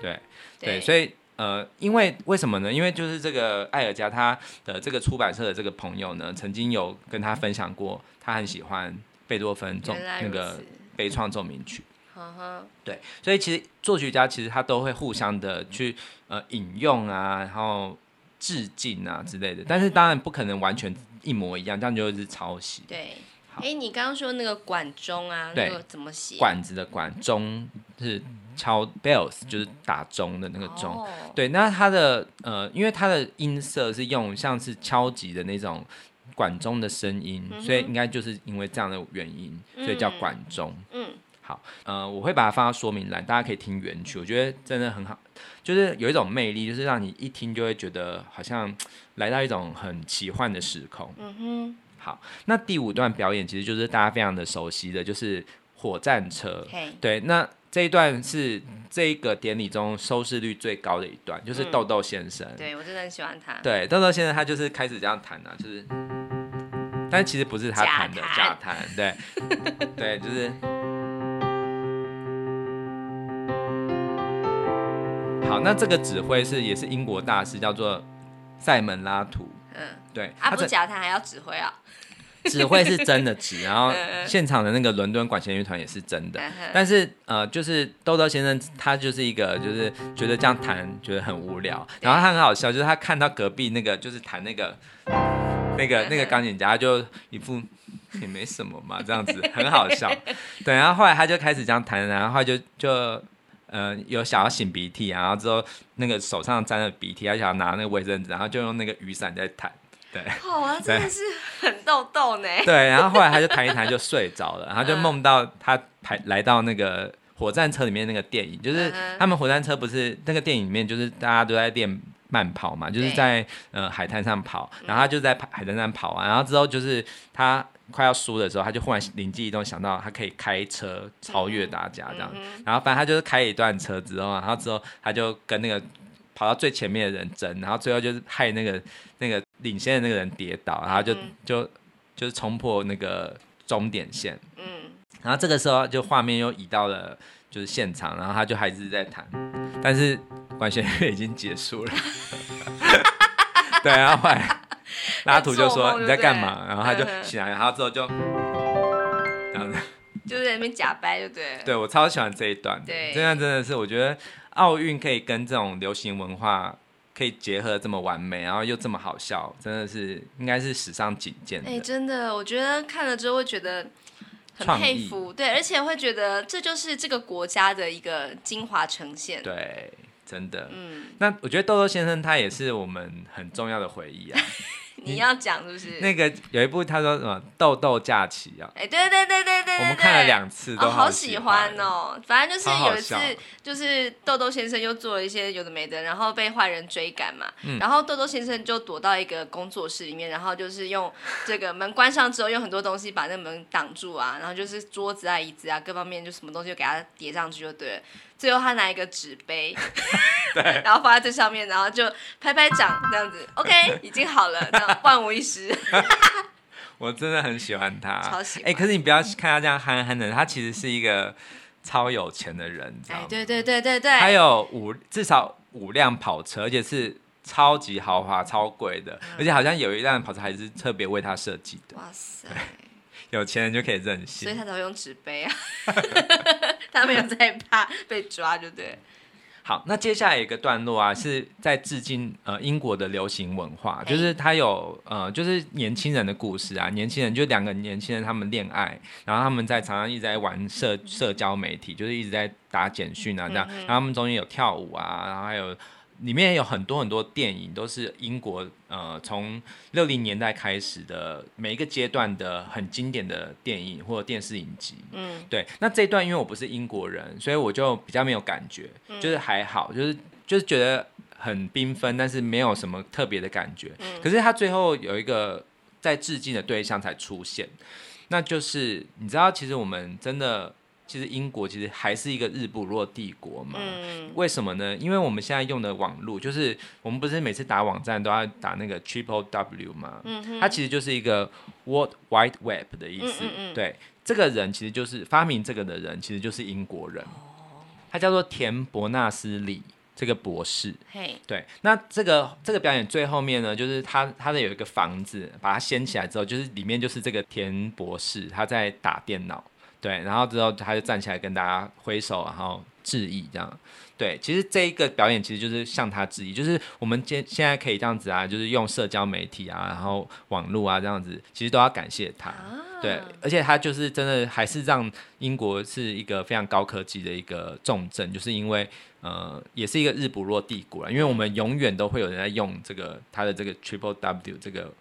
[SPEAKER 2] 对对，所以呃，因为为什么呢？因为就是这个艾尔加他的这个出版社的这个朋友呢，曾经有跟他分享过，他很喜欢贝多芬奏
[SPEAKER 1] 原来
[SPEAKER 2] 那
[SPEAKER 1] 如
[SPEAKER 2] 个
[SPEAKER 1] 此，
[SPEAKER 2] 悲怆奏鸣曲。
[SPEAKER 1] 嗯哼，
[SPEAKER 2] 对，所以其实作曲家其实他都会互相的去呃引用啊，然后致敬啊之类的，但是当然不可能完全一模一样，这样就是抄袭。
[SPEAKER 1] 对。
[SPEAKER 2] 好
[SPEAKER 1] 哎、你刚刚说那个管钟啊，
[SPEAKER 2] 对
[SPEAKER 1] 那个怎么写？
[SPEAKER 2] 管子的管，钟是敲 bells，就是打钟的那个钟。
[SPEAKER 1] 哦，
[SPEAKER 2] 对，那它的呃，因为它的音色是用像是敲击的那种管钟的声音，
[SPEAKER 1] 嗯哼
[SPEAKER 2] 所以应该就是因为这样的原因，所以叫
[SPEAKER 1] 嗯
[SPEAKER 2] 管钟。
[SPEAKER 1] 嗯，
[SPEAKER 2] 呃，我会把它放到说明栏，大家可以听原曲，我觉得真的很好，就是有一种魅力，就是让你一听就会觉得好像来到一种很奇幻的时空。
[SPEAKER 1] 嗯哼，
[SPEAKER 2] 好，那第五段表演其实就是大家非常的熟悉的，就是火战车。
[SPEAKER 1] 嘿，
[SPEAKER 2] 对，那这一段是这一个典礼中收视率最高的一段，就是
[SPEAKER 1] 嗯
[SPEAKER 2] 豆豆先生。
[SPEAKER 1] 对我真的很喜欢他。
[SPEAKER 2] 对，豆豆先生他就是开始这样弹啊，就是，但其实不是他弹的
[SPEAKER 1] 假
[SPEAKER 2] 假弹，对，对，就是。好，那这个指挥是也是英国大师，叫做塞门拉图，
[SPEAKER 1] 嗯，
[SPEAKER 2] 对，
[SPEAKER 1] 啊，
[SPEAKER 2] 他
[SPEAKER 1] 不是
[SPEAKER 2] 这
[SPEAKER 1] 假弹还要指挥啊。
[SPEAKER 2] 指挥是真的指，然后
[SPEAKER 1] *laughs* 嗯嗯
[SPEAKER 2] 现场的那个伦敦管弦乐团也是真的，
[SPEAKER 1] 嗯哼
[SPEAKER 2] 但是呃，就是豆豆先生他就是一个就是觉得这样弹觉得很无聊，
[SPEAKER 1] 对
[SPEAKER 2] 然后他很好笑，就是他看到隔壁那个就是弹那个那个那个钢琴家，他就一副也没什么嘛这样子，很好笑。对，然后后来他就开始这样弹，然后后来就就。呃，有想要擤鼻涕啊，然后之后那个手上沾了鼻涕，他想要拿那个卫生纸，然后就用那个雨伞在弹，对，
[SPEAKER 1] 哦，他真的是很豆豆呢。
[SPEAKER 2] 对，然后后来他就弹一弹就睡着了，然
[SPEAKER 1] 嗯
[SPEAKER 2] 后就梦到他排来到那个火战车里面那个电影，就是
[SPEAKER 1] 嗯哼
[SPEAKER 2] 他们火战车不是那个电影里面就是大家都在练慢跑嘛，就是
[SPEAKER 1] 对嗯
[SPEAKER 2] 在呃海滩上跑，然后他就在海海滩上跑啊，然后之后就是他快要输的时候，他就忽然灵机一动想到他可以开车超越大家这样，
[SPEAKER 1] 嗯
[SPEAKER 2] 然后反正他就是开一段车之后啊，然后之后他就跟那个跑到最前面的人争，然后最后就是害那个那个领先的那个人跌倒，然后就、
[SPEAKER 1] 嗯
[SPEAKER 2] 就就是冲破那个终点线，
[SPEAKER 1] 嗯，
[SPEAKER 2] 然后这个时候就画面又移到了就是现场，然后他就还是在弹，但是管弦乐已经结束了， *laughs* 对，然后
[SPEAKER 1] *laughs*
[SPEAKER 2] 后来拉图就
[SPEAKER 1] 在做
[SPEAKER 2] 说
[SPEAKER 1] 梦
[SPEAKER 2] 你在干
[SPEAKER 1] 对
[SPEAKER 2] 嘛，
[SPEAKER 1] 不对
[SPEAKER 2] 然后他就
[SPEAKER 1] 嗯哼
[SPEAKER 2] 醒来，然后之后就。这样子。
[SPEAKER 1] 就是在那边假掰，对不对？
[SPEAKER 2] 对我超喜欢这一段的，
[SPEAKER 1] 对
[SPEAKER 2] 这段真的是我觉得奥运可以跟这种流行文化可以结合这么完美，然后又这么好笑，真的是应该是史上仅见的。
[SPEAKER 1] 哎、真的，我觉得看了之后会觉得很
[SPEAKER 2] 创
[SPEAKER 1] 佩
[SPEAKER 2] 意
[SPEAKER 1] 服，对，而且会觉得这就是这个国家的一个精华呈现。
[SPEAKER 2] 对，真的。
[SPEAKER 1] 嗯，
[SPEAKER 2] 那我觉得豆豆先生他也是我们很重要的回忆啊。
[SPEAKER 1] 你要讲是不是？
[SPEAKER 2] 那个有一部他说什么《豆豆假期》啊，
[SPEAKER 1] 哎，对对对对对对，
[SPEAKER 2] 我们看了两次都
[SPEAKER 1] 哦，好
[SPEAKER 2] 喜
[SPEAKER 1] 欢
[SPEAKER 2] 哦。
[SPEAKER 1] 哦！反正就是
[SPEAKER 2] 好好
[SPEAKER 1] 有一次
[SPEAKER 2] 笑，
[SPEAKER 1] 就是豆豆先生又做了一些有的没的，然后被坏人追赶嘛。
[SPEAKER 2] 嗯
[SPEAKER 1] 然后豆豆先生就躲到一个工作室里面，然后就是用这个门关上之后，用很多东西把那门挡住啊，然后就是桌子啊、椅子啊各方面就什么东西就给他叠上去就对了。最后他拿一个纸
[SPEAKER 2] *laughs*
[SPEAKER 1] 杯，然后放在最上面，然后就拍拍掌这样子，OK，已经好了，这样万无一
[SPEAKER 2] *laughs*
[SPEAKER 1] 失。
[SPEAKER 2] 我真的很喜欢他，
[SPEAKER 1] 超喜欢
[SPEAKER 2] 哎、可是你不要看他这样憨憨的，他其实是一个超有钱的人，你知道
[SPEAKER 1] 哎
[SPEAKER 2] 吗，？
[SPEAKER 1] 对对对对
[SPEAKER 2] 他
[SPEAKER 1] 对，
[SPEAKER 2] 有五至少五辆跑车，而且是超级豪华、超贵的，而且好像有一辆跑车还是特别为他设计的。
[SPEAKER 1] 嗯哇
[SPEAKER 2] *laughs*
[SPEAKER 1] 塞！
[SPEAKER 2] 有钱人就可以任
[SPEAKER 1] 所以
[SPEAKER 2] 性。
[SPEAKER 1] 他才会用纸
[SPEAKER 3] *laughs*
[SPEAKER 1] 杯
[SPEAKER 2] *laughs*
[SPEAKER 1] 啊，他没有在怕被抓，就对了。
[SPEAKER 2] 好，那接下来有一个段落啊，是在致敬呃英国的流行文化，
[SPEAKER 1] 嘿
[SPEAKER 2] 就是他有呃就是年轻人的故事啊，年轻人就两个年轻人他们恋爱，然后他们在常常一直在玩社社交媒体，就是一直在打简讯啊这样，然后他们中间有跳舞啊，然后还有。里面有很多很多电影，都是英国呃从六零年代开始的每一个阶段的很经典的电影或者电视影集。
[SPEAKER 1] 嗯，
[SPEAKER 2] 对，那这一段因为我不是英国人，所以我就比较没有感觉，就是还好，就是就是觉得很缤纷，但是没有什么特别的感觉。可是他最后有一个在致敬的对象才出现，那就是你知道，其实我们真的，其实英国其实还是一个日不落帝国嘛。
[SPEAKER 1] 嗯，
[SPEAKER 2] 为什么呢？因为我们现在用的网络，就是我们不是每次打网站都要打那个 triple W 吗？
[SPEAKER 1] 嗯
[SPEAKER 2] 它其实就是一个 World Wide Web 的意思。
[SPEAKER 1] 嗯嗯嗯
[SPEAKER 2] 对，这个人其实就是发明这个的人，其实就是英国人，
[SPEAKER 1] 哦
[SPEAKER 2] 他叫做田伯纳斯李这个博士。
[SPEAKER 1] 嘿，
[SPEAKER 2] 对，那这个这个表演最后面呢，就是他他的有一个房子，把它掀起来之后，就是里面就是这个田博士他在打电脑，对，然后之后他就站起来跟大家挥手，然后致意这样。对，其实这一个表演其实就是向他致意，就是我们现现在可以这样子啊，就是用社交媒体啊，然后网络啊这样子，其实都要感谢他。对，而且他就是真的还是让英国是一个非常高科技的一个重镇，就是因为呃，也是一个日不落帝国啦，啊因为我们永远都会有人在用这个它的这个 Triple W 这个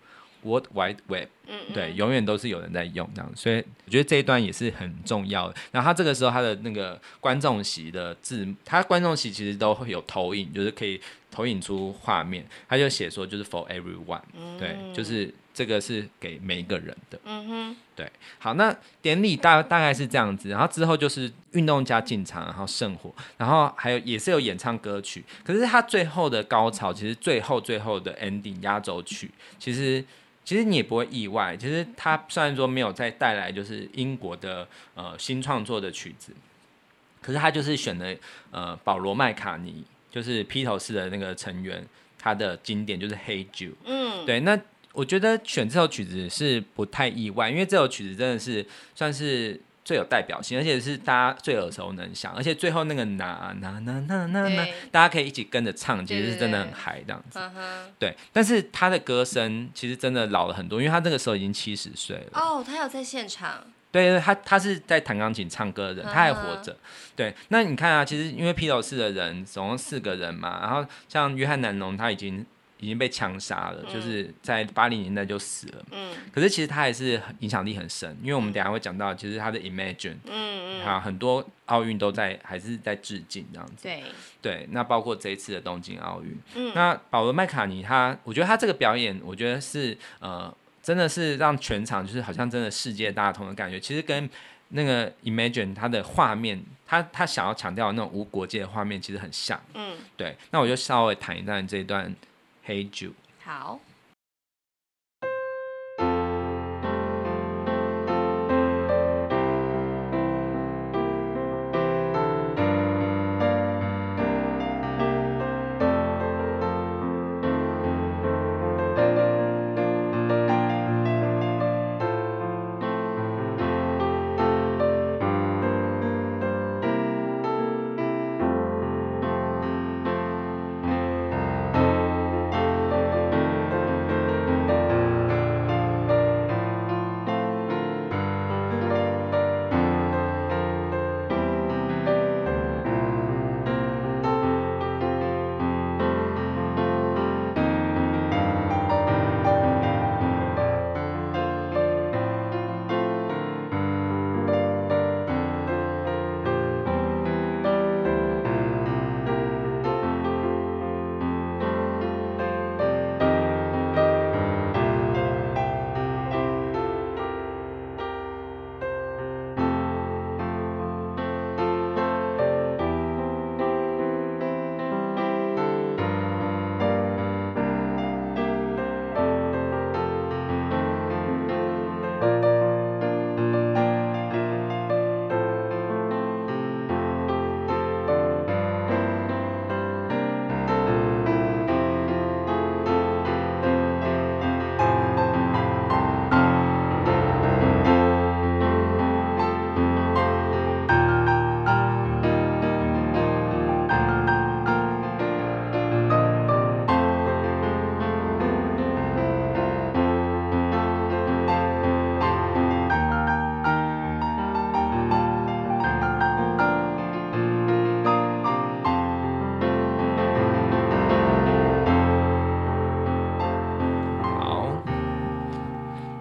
[SPEAKER 2] World Wide Web，
[SPEAKER 1] 嗯，
[SPEAKER 2] 对，永远都是有人在用这样，所以我觉得这一段也是很重要的。然后他这个时候他的那个观众席的字幕，他观众席其实都会有投影，就是可以投影出画面，他就写说就是 For everyone，、对，
[SPEAKER 3] 嗯
[SPEAKER 2] 就是这个是给每一个人的。
[SPEAKER 1] 嗯哼，
[SPEAKER 2] 好，那典礼大大概是这样子，然后之后就是运动家进场，然后圣火，然后还有也是有演唱歌曲，可是他最后的高潮，其实最后最后的 ending 压轴曲，其实其实你也不会意外，其实他虽然说没有再带来就是英国的呃新创作的曲子，可是他就是选了呃保罗麦卡尼，就是披头士的那个成员，他的经典就是《Hey Jude》。
[SPEAKER 1] 嗯，
[SPEAKER 2] 对，那我觉得选这首曲子是不太意外，因为这首曲子真的是算是最有代表性，而且是大家最耳熟能详，而且最后那个呐呐呐呐呐呐
[SPEAKER 1] 对，
[SPEAKER 2] 大家可以一起跟着唱，其
[SPEAKER 1] 对
[SPEAKER 2] 实
[SPEAKER 1] 对
[SPEAKER 2] 是真的很
[SPEAKER 1] 对
[SPEAKER 2] 嗨这样子。
[SPEAKER 1] 嗯哼，
[SPEAKER 2] 对，但是他的歌声其实真的老了很多，因为他那个时候已经七十岁了。
[SPEAKER 1] 哦，他有在现场，
[SPEAKER 2] 对对，他他是在弹钢琴唱歌的人，
[SPEAKER 1] 嗯哼
[SPEAKER 2] 他还活着。对，那你看啊，其实因为披头士的人总共四个人嘛，然后像约翰南农他已经已经被枪杀了，就是在八零年代就死了。
[SPEAKER 1] 嗯
[SPEAKER 2] 可是其实他还是很影响力很深，因为我们等一下会讲到，其实他的 Imagine
[SPEAKER 1] 嗯嗯，
[SPEAKER 2] 啊，很多奥运都在还是在致敬这样子。
[SPEAKER 1] 对，
[SPEAKER 2] 对，那包括这一次的东京奥运，
[SPEAKER 1] 嗯
[SPEAKER 2] 那保罗麦卡尼他，我觉得他这个表演，我觉得是呃，真的是让全场就是好像真的世界大同的感觉。其实跟那个 Imagine 他的画面，他他想要强调的那种无国界的画面，其实很像。
[SPEAKER 1] 嗯，
[SPEAKER 2] 对，那我就稍微谈一段这一段黑酒。
[SPEAKER 1] 好，
[SPEAKER 4] thank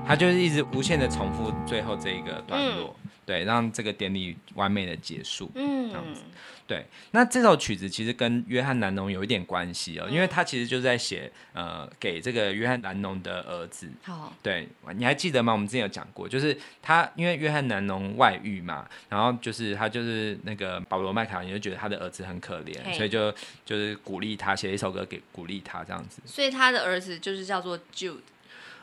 [SPEAKER 2] 他就是一直无限的重复最后这一个段落，对，让这个典礼完美的结束。这样
[SPEAKER 3] 嗯
[SPEAKER 2] 子对，那这首曲子其实跟约翰·南农有一点关系哦，
[SPEAKER 3] 嗯
[SPEAKER 2] 因为他其实就在写呃给这个约翰·南农的儿子，
[SPEAKER 3] 好，
[SPEAKER 2] 对，你还记得吗？我们之前有讲过，就是他因为约翰南农外遇嘛，然后就是他就是那个保罗麦卡伦就觉得他的儿子很可怜，
[SPEAKER 3] 嘿
[SPEAKER 2] 所以就就是鼓励他写一首歌给鼓励他这样子，
[SPEAKER 3] 所以他的儿子就是叫做 Jude，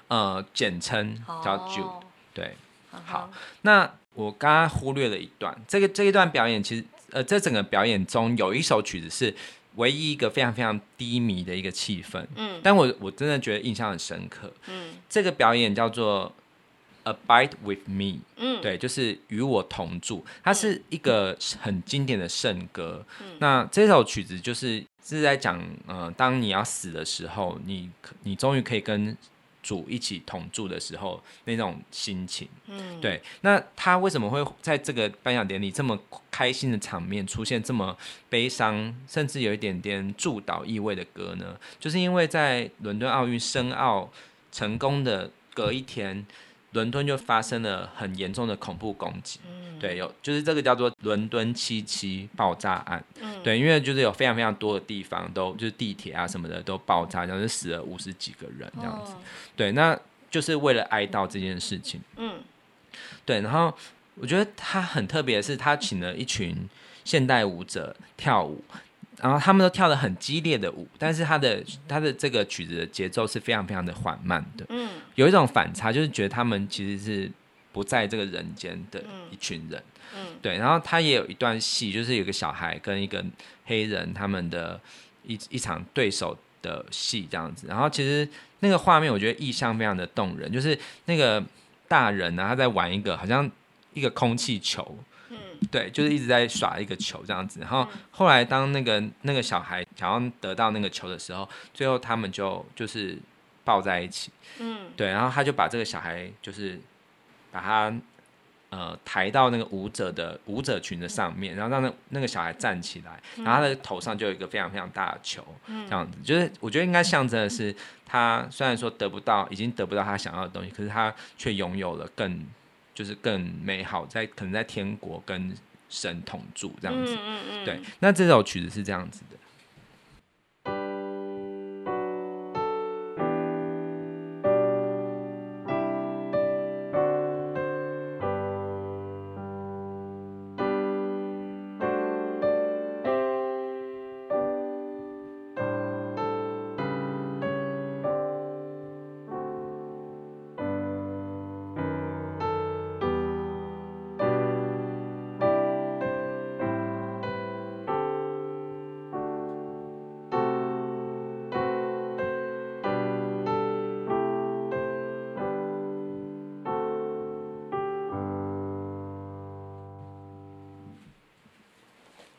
[SPEAKER 2] 呃，简称叫 Jude、
[SPEAKER 3] 哦
[SPEAKER 2] 对，
[SPEAKER 3] 嗯哼
[SPEAKER 2] 好，那我刚刚忽略了一段，这个这一段表演其实，呃，这整个表演中有一首曲子是唯一一个非常非常低迷的一个气氛，
[SPEAKER 3] 嗯
[SPEAKER 2] 但我我真的觉得印象很深刻。
[SPEAKER 3] 嗯
[SPEAKER 2] 这个表演叫做《Abide with Me》，
[SPEAKER 3] 嗯，
[SPEAKER 2] 对，就是与我同住，它是一个很经典的圣歌。那这首曲子就是是在讲，呃，当你要死的时候，你可你终于可以跟主一起同住的时候那种心情。
[SPEAKER 3] 嗯，
[SPEAKER 2] 对，那他为什么会在这个颁奖典礼这么开心的场面出现这么悲伤，甚至有一点点祝祷意味的歌呢？就是因为在伦敦奥运申奥成功的隔一天，伦敦就发生了很严重的恐怖攻击。
[SPEAKER 3] 嗯
[SPEAKER 2] 对，有就是这个叫做伦敦七七爆炸案，
[SPEAKER 3] 嗯
[SPEAKER 2] 对，因为就是有非常非常多的地方都就是地铁啊什么的都爆炸，然后就死了五十几个人这样子。
[SPEAKER 3] 哦
[SPEAKER 2] 对，那就是为了哀悼这件事情。
[SPEAKER 3] 嗯
[SPEAKER 2] 对，然后我觉得他很特别的是，他请了一群现代舞者跳舞，然后他们都跳的很激烈的舞，但是他的他的这个曲子的节奏是非常非常的缓慢的，
[SPEAKER 3] 嗯
[SPEAKER 2] 有一种反差，就是觉得他们其实是不在这个人间的一群人。
[SPEAKER 3] 嗯
[SPEAKER 2] 对，然后他也有一段戏，就是有个小孩跟一个黑人他们的一一场对手的戏这样子。然后其实那个画面我觉得意象非常的动人，就是那个大人啊呢、他在玩一个好像一个空气球，
[SPEAKER 3] 嗯
[SPEAKER 2] 对，就是一直在耍一个球这样子。然后后来当那个那个小孩想要得到那个球的时候，最后他们就就是抱在一起，
[SPEAKER 3] 嗯
[SPEAKER 2] 对，然后他就把这个小孩就是把他呃抬到那个舞者的舞者群的上面，然后让那那个小孩站起来，然后他的头上就有一个非常非常大的球，
[SPEAKER 3] 嗯
[SPEAKER 2] 这样子，就是我觉得应该象征的是他虽然说得不到，已经得不到他想要的东西，可是他却拥有了更就是更美好，在可能在天国跟神同住这样
[SPEAKER 3] 嗯
[SPEAKER 2] 子。
[SPEAKER 3] 嗯嗯，
[SPEAKER 2] 对，那这首曲子是这样子的。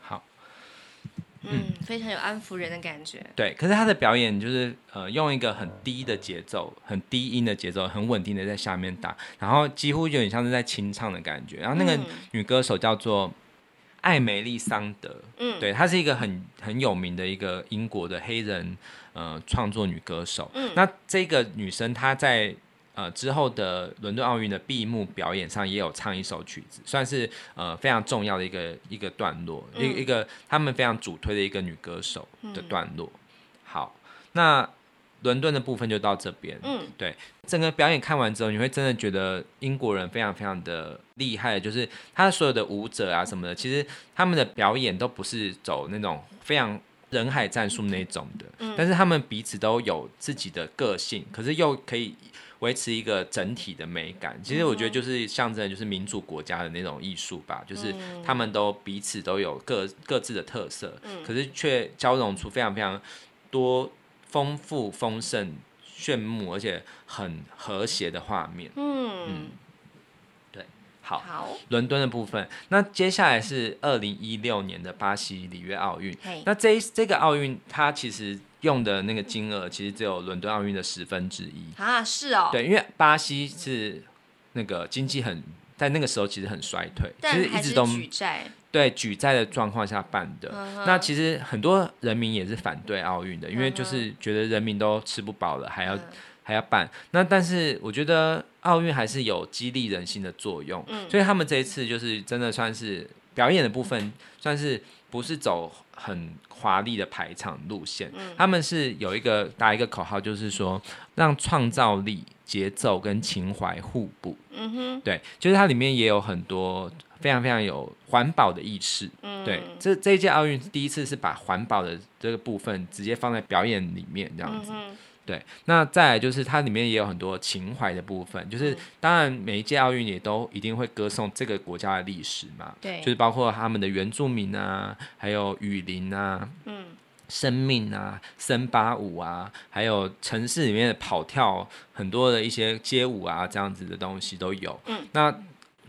[SPEAKER 2] 好，
[SPEAKER 3] 嗯，非常有安抚人的感觉，
[SPEAKER 2] 对，可是他的表演就是呃，用一个很低的节奏，很低音的节奏，很稳定的在下面打，然后几乎有点像是在清唱的感觉。然后那个
[SPEAKER 3] 嗯
[SPEAKER 2] 女歌手叫做艾梅丽·桑德，
[SPEAKER 3] 嗯，
[SPEAKER 2] 对，她是一个很很有名的一个英国的黑人呃创作女歌手。
[SPEAKER 3] 嗯
[SPEAKER 2] 那这个女生她在呃之后的伦敦奥运的闭幕表演上也有唱一首曲子，算是呃非常重要的一个一个段落，一、
[SPEAKER 3] 嗯
[SPEAKER 2] 一个他们非常主推的一个女歌手的段落。好，那伦敦的部分就到这边。
[SPEAKER 3] 嗯
[SPEAKER 2] 整个表演看完之后，你会真的觉得英国人非常非常的厉害，就是他所有的舞者啊什么的，其实他们的表演都不是走那种非常人海战术那种的，但是他们彼此都有自己的个性，可是又可以维持一个整体的美感。其实我觉得就是象征就是民主国家的那种艺术吧，就是他们都彼此都有各各自的特色，可是却交融出非常非常多丰富丰盛。炫目，而且很和谐的画面。
[SPEAKER 3] 嗯，
[SPEAKER 2] 好，
[SPEAKER 3] 好，
[SPEAKER 2] 伦敦的部分，那接下来是二零一六年的巴西里约奥运。
[SPEAKER 3] 嘿，
[SPEAKER 2] 那这一这个奥运，它其实用的那个金额，其实只有伦敦奥运的十分之一。
[SPEAKER 3] 啊，是哦，
[SPEAKER 2] 对，因为巴西是那个经济很，在那个时候其实很衰退，其
[SPEAKER 3] 但
[SPEAKER 2] 实
[SPEAKER 3] 还
[SPEAKER 2] 一
[SPEAKER 3] 是
[SPEAKER 2] 直都
[SPEAKER 3] 举债，
[SPEAKER 2] 对举债的状况下办的。
[SPEAKER 1] 嗯
[SPEAKER 2] 那其实很多人民也是反对奥运的，因为就是觉得人民都吃不饱了，还要、
[SPEAKER 3] 嗯
[SPEAKER 2] 还要办。那但是我觉得奥运还是有激励人心的作用，
[SPEAKER 1] 嗯
[SPEAKER 2] 所以他们这一次就是真的算是表演的部分，算是不是走很华丽的排场路线，
[SPEAKER 1] 嗯
[SPEAKER 2] 他们是有一个打一个口号，就是说让创造力、节奏跟情怀互补。
[SPEAKER 1] 嗯哼，
[SPEAKER 2] 对，就是它里面也有很多非常非常有环保的意识。
[SPEAKER 1] 嗯，
[SPEAKER 2] 对，这这一届奥运第一次是把环保的这个部分直接放在表演里面，这样
[SPEAKER 1] 嗯
[SPEAKER 2] 子。
[SPEAKER 1] 哼，
[SPEAKER 2] 对，那再来就是它里面也有很多情怀的部分，就是
[SPEAKER 1] 嗯
[SPEAKER 2] 当然每一届奥运也都一定会歌颂这个国家的历史嘛，
[SPEAKER 1] 对
[SPEAKER 2] 就是包括他们的原住民啊，还有雨林啊。
[SPEAKER 1] 嗯
[SPEAKER 2] 生命啊，森巴舞啊，还有城市里面的跑跳，很多的一些街舞啊，这样子的东西都有。
[SPEAKER 1] 嗯，
[SPEAKER 2] 那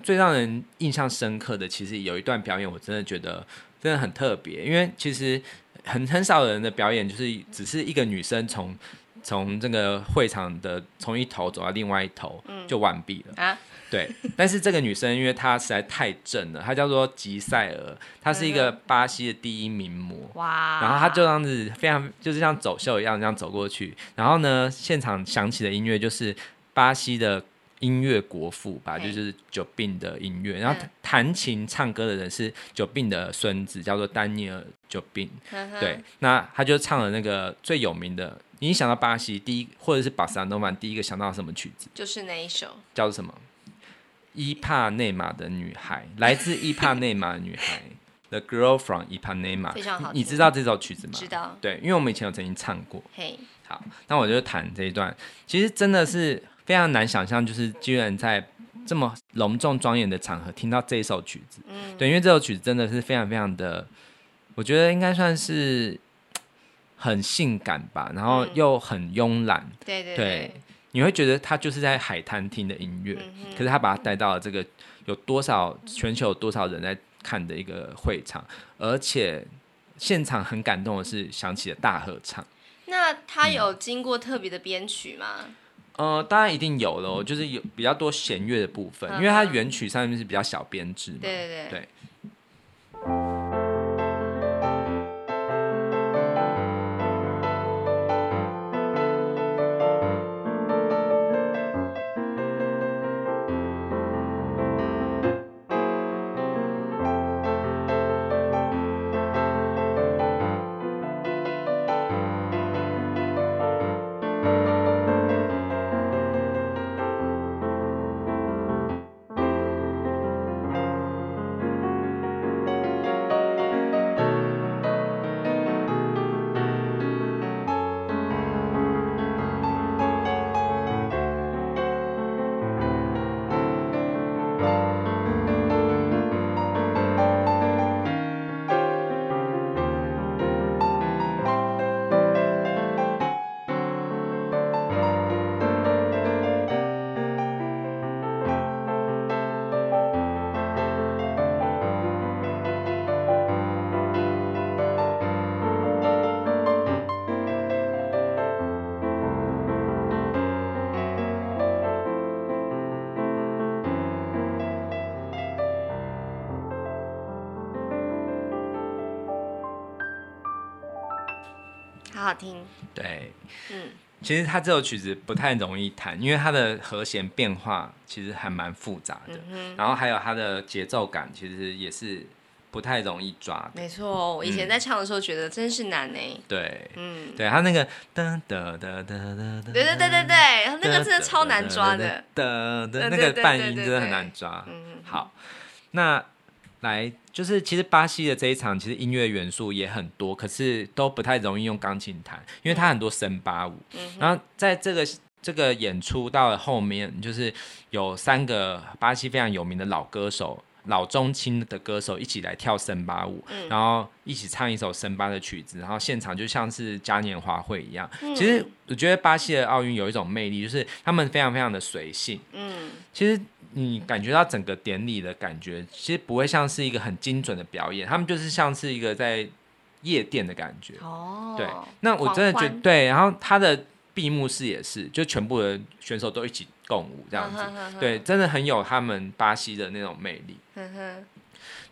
[SPEAKER 2] 最让人印象深刻的，其实有一段表演，我真的觉得真的很特别，因为其实很很少有人的表演，就是只是一个女生从从这个会场的从一头走到另外一头，
[SPEAKER 1] 嗯
[SPEAKER 2] 就完毕了。
[SPEAKER 1] 啊，
[SPEAKER 2] 对，但是这个女生因为她实在太正了，她叫做吉塞尔，她是
[SPEAKER 1] 嗯
[SPEAKER 2] 一个巴西的第一名模。
[SPEAKER 1] 哇，
[SPEAKER 2] 然后她就这样子非常就是像走秀一样这样走过去，然后呢，现场响起的音乐就是巴西的音乐国父吧，
[SPEAKER 1] 嘿
[SPEAKER 2] 就是久病的音乐。然后
[SPEAKER 1] 嗯
[SPEAKER 2] 弹琴唱歌的人是久病的孙子，叫做丹尼尔久病。
[SPEAKER 1] 嗯哼
[SPEAKER 2] 对，，那他就唱了那个最有名的，你一想到巴西第一或者是巴萨诺曼第一个想到什么曲子？
[SPEAKER 1] 就是那一首，
[SPEAKER 2] 叫做什么？伊帕内玛的女孩，来自伊帕内玛的女
[SPEAKER 1] *laughs*
[SPEAKER 2] 孩，The Girl from Ipanema。
[SPEAKER 1] 非常好
[SPEAKER 2] 啊你
[SPEAKER 1] 听
[SPEAKER 2] 你知道这首曲子吗？
[SPEAKER 1] 知。道，
[SPEAKER 2] 对，因为我们以前有曾经唱过。
[SPEAKER 1] 嘿，
[SPEAKER 2] 好，那我就谈这一段。其实真的是非常难想象，就是居然在这么隆重庄严的场合听到这一首曲子。
[SPEAKER 1] 嗯，
[SPEAKER 2] 对，因为这首曲子真的是非常非常的，我觉得应该算是很性感吧，然后
[SPEAKER 1] 嗯
[SPEAKER 2] 又很慵懒。
[SPEAKER 1] 对对
[SPEAKER 2] 对，你会觉得它就是在海滩听的音乐，
[SPEAKER 1] 嗯哼
[SPEAKER 2] 可是他把它带到了这个有多少全球有多少人在看的一个会场，而且现场很感动的是响起了大合唱。
[SPEAKER 1] 那
[SPEAKER 2] 嗯
[SPEAKER 1] 他有经过特别的编曲吗？
[SPEAKER 2] 呃，当然一定有了，就是有比较多弦乐的部分，因为它原曲上面是比较小编制嘛。
[SPEAKER 1] 嗯对对
[SPEAKER 2] 对
[SPEAKER 1] 对，好好听，
[SPEAKER 2] 对，
[SPEAKER 1] 嗯
[SPEAKER 2] 其实它这首曲子不太容易弹，因为它的和弦变化其实还蛮复杂的，
[SPEAKER 1] 嗯哼，
[SPEAKER 2] 然后还有它的节奏感其实也是不太容易抓的。
[SPEAKER 1] 没错，哦我以
[SPEAKER 2] 嗯
[SPEAKER 1] 前在唱的时候觉得真是难呢，
[SPEAKER 2] 对，
[SPEAKER 1] 嗯，
[SPEAKER 2] 对他那个噔噔噔噔噔噔，
[SPEAKER 1] 对对对对对，那个真的超难抓的，，
[SPEAKER 2] 噔噔
[SPEAKER 1] 对
[SPEAKER 2] 那
[SPEAKER 1] 对
[SPEAKER 2] 个
[SPEAKER 1] 对
[SPEAKER 2] 半
[SPEAKER 1] 对
[SPEAKER 2] 音
[SPEAKER 1] 对
[SPEAKER 2] 真的很
[SPEAKER 1] 对
[SPEAKER 2] 难抓。
[SPEAKER 1] 嗯，
[SPEAKER 2] 好，那来就是其实巴西的这一场，其实音乐元素也很多，可是都不太容易用钢琴弹，因为它很多森巴舞。
[SPEAKER 1] 嗯哼
[SPEAKER 2] 然后在这个这个演出到了后面，就是有三个巴西非常有名的老歌手。老中青的歌手一起来跳森巴舞，
[SPEAKER 1] 嗯
[SPEAKER 2] 然后一起唱一首森巴的曲子，然后现场就像是嘉年华会一样。
[SPEAKER 1] 嗯
[SPEAKER 2] 其实我觉得巴西的奥运有一种魅力，就是他们非常非常的随性，
[SPEAKER 1] 嗯，
[SPEAKER 2] 其实你感觉到整个典礼的感觉，其实不会像是一个很精准的表演，他们就是像是一个在夜店的感觉。
[SPEAKER 1] 哦，
[SPEAKER 2] 对，那我真的觉
[SPEAKER 1] 狂
[SPEAKER 2] 得
[SPEAKER 1] 欢
[SPEAKER 2] 对，然后他的闭幕式也是，就全部的选手都一起共舞这样子，
[SPEAKER 1] 嗯哼哼哼
[SPEAKER 2] 对，真的很有他们巴西的那种魅力。
[SPEAKER 1] 嗯哼，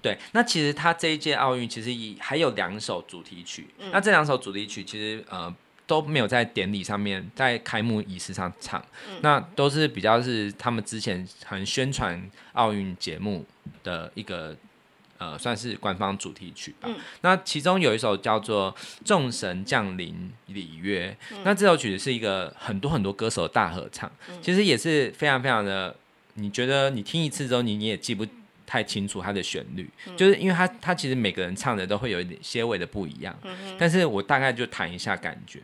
[SPEAKER 2] 对，那其实他这一届奥运其实也还有两首主题曲，那这两首主题曲其实呃都没有在典礼上面，在开幕仪式上唱，那都是比较是他们之前很宣传奥运节目的一个呃，算是官方主题曲吧。
[SPEAKER 1] 嗯
[SPEAKER 2] 那其中有一首叫做《众神降临里约》，那这首曲是一个很多很多歌手大合唱，其实也是非常非常的，你觉得你听一次之后，你你也记不。太清楚它的旋律，就是因为它它其实每个人唱的都会有一点些微的不一样，
[SPEAKER 1] 嗯
[SPEAKER 2] 但是我大概就弹一下感觉，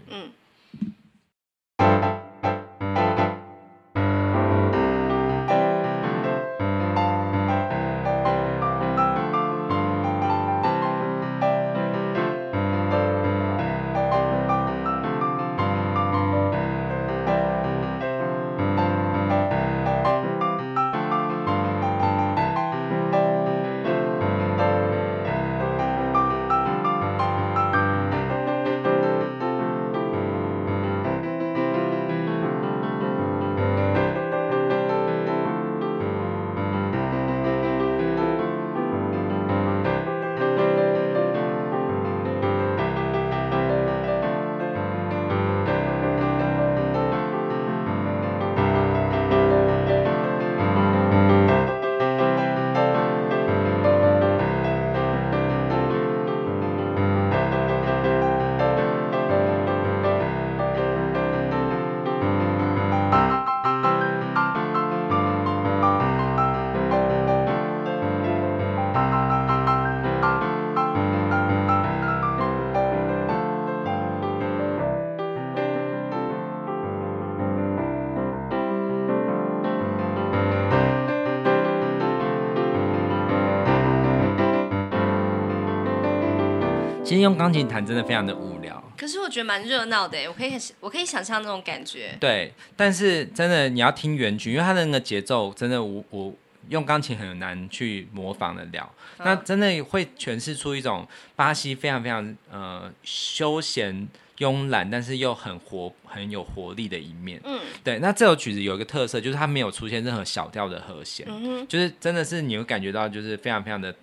[SPEAKER 2] 其实用钢琴弹真的非常的无聊。
[SPEAKER 1] 可是我觉得蛮热闹的耶，欸我可以我可以想象那种感觉。
[SPEAKER 2] 对，但是真的你要听原曲，因为它的那个节奏真的我我用钢琴很难去模仿得了。
[SPEAKER 1] 嗯
[SPEAKER 2] 那真的会诠释出一种巴西非常非常呃休闲慵懒，但是又很活很有活力的一面。
[SPEAKER 1] 嗯，
[SPEAKER 2] 对。那这首曲子有一个特色，就是它没有出现任何小调的和弦，
[SPEAKER 1] 嗯哼，
[SPEAKER 2] 就是真的是你会感觉到就是非常非常的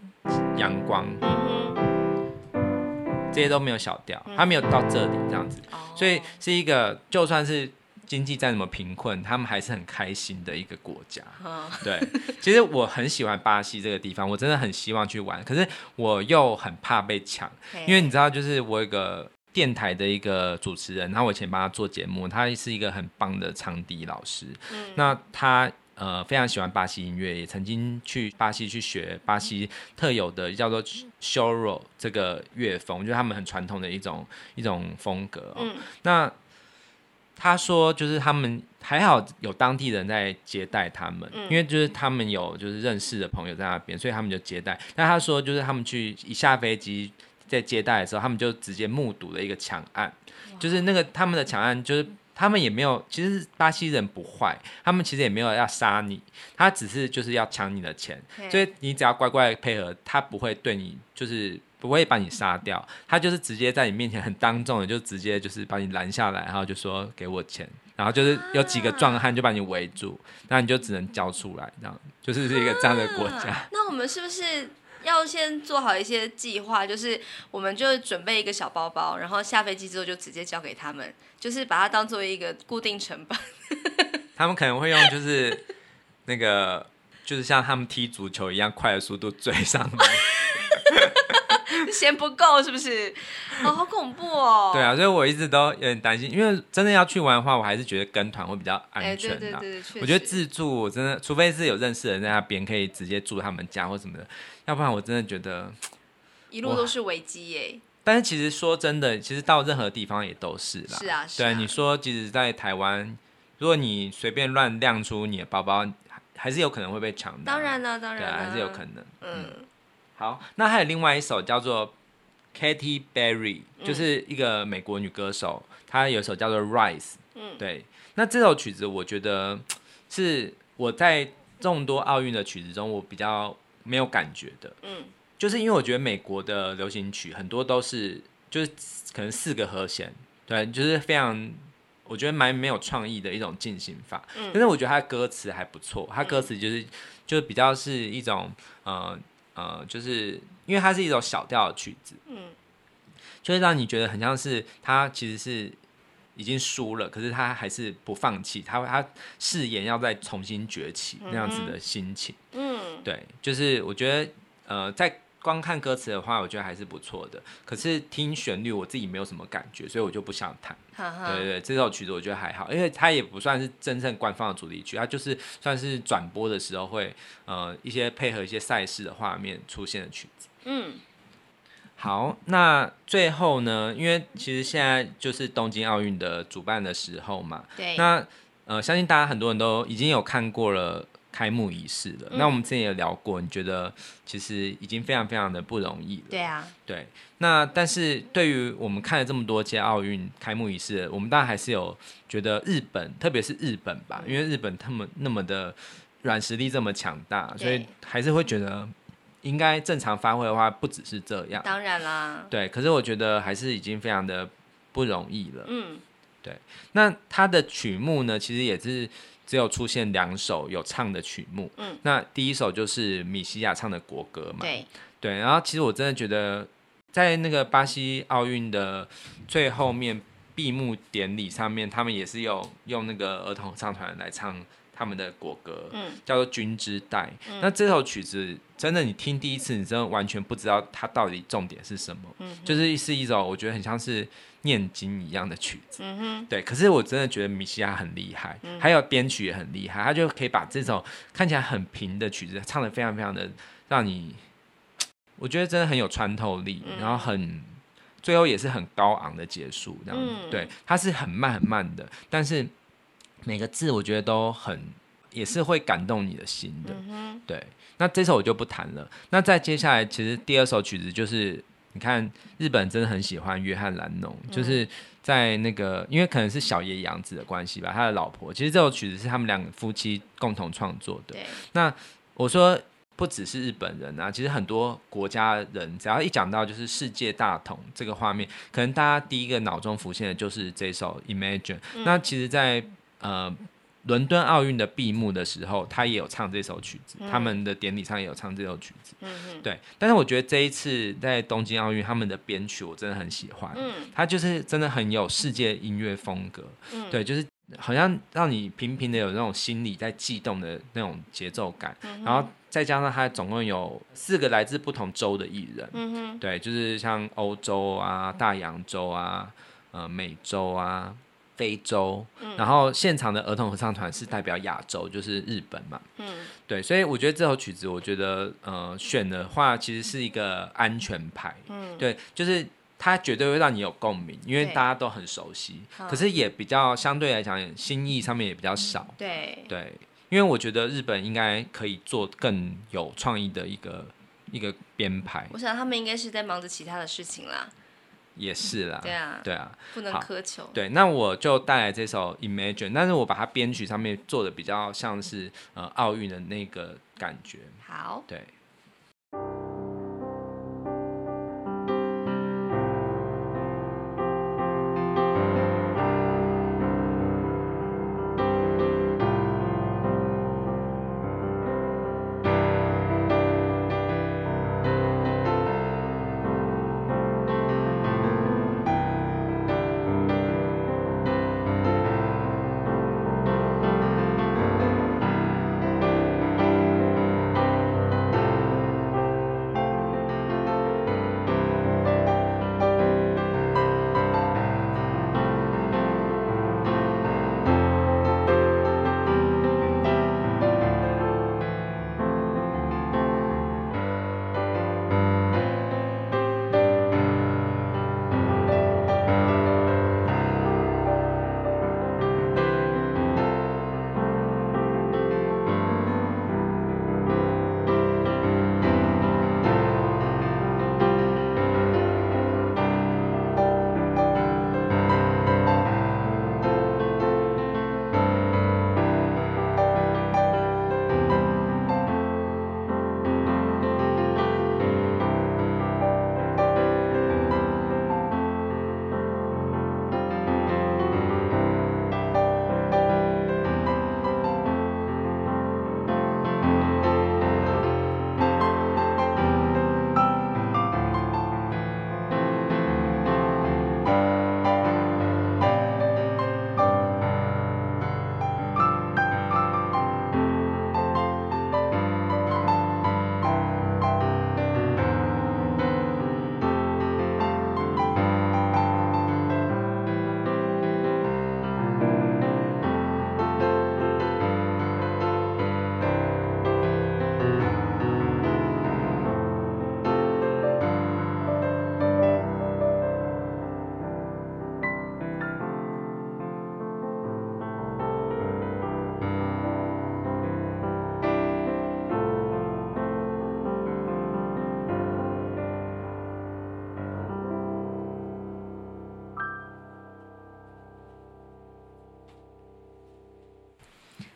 [SPEAKER 2] 阳光，
[SPEAKER 1] 嗯哼，
[SPEAKER 2] 这些都没有小调，它没有到这里这样子。
[SPEAKER 1] 哦
[SPEAKER 2] 所以是一个就算是经济再怎么贫困，他们还是很开心的一个国家。
[SPEAKER 1] 嗯
[SPEAKER 2] 对，其实我很喜欢巴西这个地方，我真的很希望去玩，可是我又很怕被抢，因为你知道，就是我有一个。电台的一个主持人，然后我以前帮他做节目，他是一个很棒的长笛老师。那他呃非常喜欢巴西音乐，也曾经去巴西去学巴西特有的叫做 s h o r o 这个乐风，就是他们很传统的一种一种风格、哦。
[SPEAKER 1] 嗯
[SPEAKER 2] 那他说，就是他们还好有当地人在接待他们，因为就是他们有就是认识的朋友在那边，所以他们就接待。但他说，就是他们去一下飞机在接待的时候，他们就直接目睹了一个抢案，就是那个他们的抢案就是。他们也没有，其实巴西人不坏，他们其实也没有要杀你，他只是就是要抢你的钱，所以你只要乖乖配合，他不会对你就是不会把你杀掉，他就是直接在你面前很当众的就直接就是把你拦下来，然后就说给我钱，然后就是有几个壮汉就把你围住，那你就只能交出来，这样就是一个这样的国家。
[SPEAKER 1] 那我们是不是要先做好一些计划？就是我们就准备一个小包包，然后下飞机之后就直接交给他们，就是把它当做一个固定成本。
[SPEAKER 2] 他们可能会用就是
[SPEAKER 1] *laughs*
[SPEAKER 2] 那个就是像他们踢足球一样快的速度追上来。
[SPEAKER 1] 嫌不够是不
[SPEAKER 2] *laughs*
[SPEAKER 1] 是？哦，好恐怖哦！
[SPEAKER 2] 对，啊，所以我一直都有点担心，因为真的要去玩的话，我还是觉得跟团会比较
[SPEAKER 1] 哎，
[SPEAKER 2] 安全
[SPEAKER 1] 对
[SPEAKER 2] 的、
[SPEAKER 1] 对对对，确实
[SPEAKER 2] 我觉得自助我真的，除非是有认识的人在那边，可以直接住他们家或什么的，要不然我真的觉得。
[SPEAKER 1] 一路都是危机耶。
[SPEAKER 2] 但是其实说真的，其实到任何地方也都是啦。
[SPEAKER 1] 是啊是
[SPEAKER 2] 对
[SPEAKER 1] 啊
[SPEAKER 2] 你说，即使在台湾，如果你随便乱亮出你的包包，还还是有可能会被抢的啊。
[SPEAKER 1] 当然啦，当
[SPEAKER 2] 对
[SPEAKER 1] 然
[SPEAKER 2] 啊，
[SPEAKER 1] 啦，
[SPEAKER 2] 还是有可能。
[SPEAKER 1] 嗯
[SPEAKER 2] 好，那还有另外一首叫做 Katy Perry，就是一个美国女歌手，她有一首叫做 Rise。
[SPEAKER 1] 嗯
[SPEAKER 2] 对。那这首曲子，我觉得是我在众多奥运的曲子中，我比较没有感觉的。
[SPEAKER 1] 嗯
[SPEAKER 2] 就是因为我觉得美国的流行曲很多都是就是可能四个和弦，对，就是非常我觉得蛮没有创意的一种进行法。
[SPEAKER 1] 嗯
[SPEAKER 2] 但是我觉得它的歌词还不错，它歌词就是、就是比较是一种呃呃，就是因为它是一首小调的曲子，
[SPEAKER 1] 嗯
[SPEAKER 2] 就会让你觉得很像是它其实是已经输了，可是他还是不放弃，他他誓言要再重新崛起那样子的心情。
[SPEAKER 1] 嗯，
[SPEAKER 2] 对，就是我觉得呃，在光看歌词的话，我觉得还是不错的。可是听旋律，我自己没有什么感觉，所以我就不想弹。
[SPEAKER 1] 哈哈，
[SPEAKER 2] 对对对，这首曲子我觉得还好，因为它也不算是真正官方的主题曲，它就是算是转播的时候会呃一些配合一些赛事的画面出现的曲子。
[SPEAKER 1] 嗯，
[SPEAKER 2] 好，那最后呢，因为其实现在就是东京奥运的主办的时候嘛，
[SPEAKER 1] 对，
[SPEAKER 2] 那呃，相信大家很多人都已经有看过了开幕仪式了。
[SPEAKER 1] 嗯
[SPEAKER 2] 那我们之前也聊过，你觉得其实已经非常非常的不容易了。
[SPEAKER 1] 对啊，
[SPEAKER 2] 对，那但是对于我们看了这么多届奥运开幕仪式，我们当然还是有觉得日本，特别是日本吧，因为日本他们那么的软实力这么强大，所以
[SPEAKER 1] 对
[SPEAKER 2] 还是会觉得应该正常发挥的话，不只是这样。
[SPEAKER 1] 当然啦，
[SPEAKER 2] 对，可是我觉得还是已经非常的不容易了。
[SPEAKER 1] 嗯，
[SPEAKER 2] 那它的曲目呢，其实也是只有出现两首有唱的曲目。
[SPEAKER 1] 嗯，
[SPEAKER 2] 那第一首就是米西亚唱的国歌嘛。
[SPEAKER 1] 对，
[SPEAKER 2] 对，然后其实我真的觉得，在那个巴西奥运的最后面闭幕典礼上面，他们也是有用那个儿童合唱团来唱他们的国歌，
[SPEAKER 1] 嗯，
[SPEAKER 2] 叫做《军之带》。那这首曲子真的，你听第一次，你真的完全不知道它到底重点是什么，
[SPEAKER 1] 嗯哼
[SPEAKER 2] 就是是一首我觉得很像是念经一样的曲子。
[SPEAKER 1] 嗯哼，
[SPEAKER 2] 对，可是我真的觉得米西亚很厉害，还有编曲也很厉害，他就可以把这首看起来很平的曲子唱得非常非常的让你，我觉得真的很有穿透力，
[SPEAKER 1] 嗯
[SPEAKER 2] 然后很最后也是很高昂的结束，这样子。
[SPEAKER 1] 嗯
[SPEAKER 2] 对，它是很慢很慢的，但是每个字我觉得都很也是会感动你的心的。
[SPEAKER 1] 嗯哼，
[SPEAKER 2] 对，那这首我就不谈了。那再接下来，其实第二首曲子就是，你看日本真的很喜欢约翰兰农，就是在那个，因为可能是小野洋子的关系吧，他的老婆。其实这首曲子是他们两个夫妻共同创作的。
[SPEAKER 1] 对，
[SPEAKER 2] 那我说不只是日本人啊，其实很多国家人，只要一讲到就是世界大同这个画面，可能大家第一个脑中浮现的就是这首《Imagine》。那
[SPEAKER 1] 嗯
[SPEAKER 2] 其实在，呃伦敦奥运的闭幕的时候，他也有唱这首曲子，他们的典礼上也有唱这首曲子。
[SPEAKER 1] 嗯哼，
[SPEAKER 2] 对，但是我觉得这一次在东京奥运，他们的编曲我真的很喜欢。
[SPEAKER 1] 嗯
[SPEAKER 2] 它就是真的很有世界音乐风格，
[SPEAKER 1] 嗯
[SPEAKER 2] 对，就是好像让你平平的有那种心里在悸动的那种节奏感，
[SPEAKER 1] 嗯
[SPEAKER 2] 然后再加上它总共有四个来自不同州的艺人，
[SPEAKER 1] 嗯哼，
[SPEAKER 2] 对，就是像欧洲啊、大洋洲啊、呃美洲啊、非洲，
[SPEAKER 1] 嗯
[SPEAKER 2] 然后现场的儿童合唱团是代表亚洲，就是日本嘛，
[SPEAKER 1] 嗯
[SPEAKER 2] 对，所以我觉得这首曲子，我觉得呃选的话，其实是一个安全牌，
[SPEAKER 1] 嗯，
[SPEAKER 2] 对，就是它绝对会让你有共鸣，因为
[SPEAKER 1] 对
[SPEAKER 2] 大家都很熟悉，
[SPEAKER 1] 嗯
[SPEAKER 2] 可是也比较相对来讲新意上面也比较少，
[SPEAKER 1] 对，
[SPEAKER 2] 对，因为我觉得日本应该可以做更有创意的一个一个编排，
[SPEAKER 1] 我想他们应该是在忙着其他的事情啦，
[SPEAKER 2] 也是啦，
[SPEAKER 1] 对啊，
[SPEAKER 2] 对啊，
[SPEAKER 1] 不能
[SPEAKER 2] 好
[SPEAKER 1] 苛求，
[SPEAKER 2] 对，那我就带来这首《Imagine》，但是我把它编曲上面做的比较像是呃奥运的那个感觉，
[SPEAKER 1] 好，
[SPEAKER 2] 对。
[SPEAKER 4] 「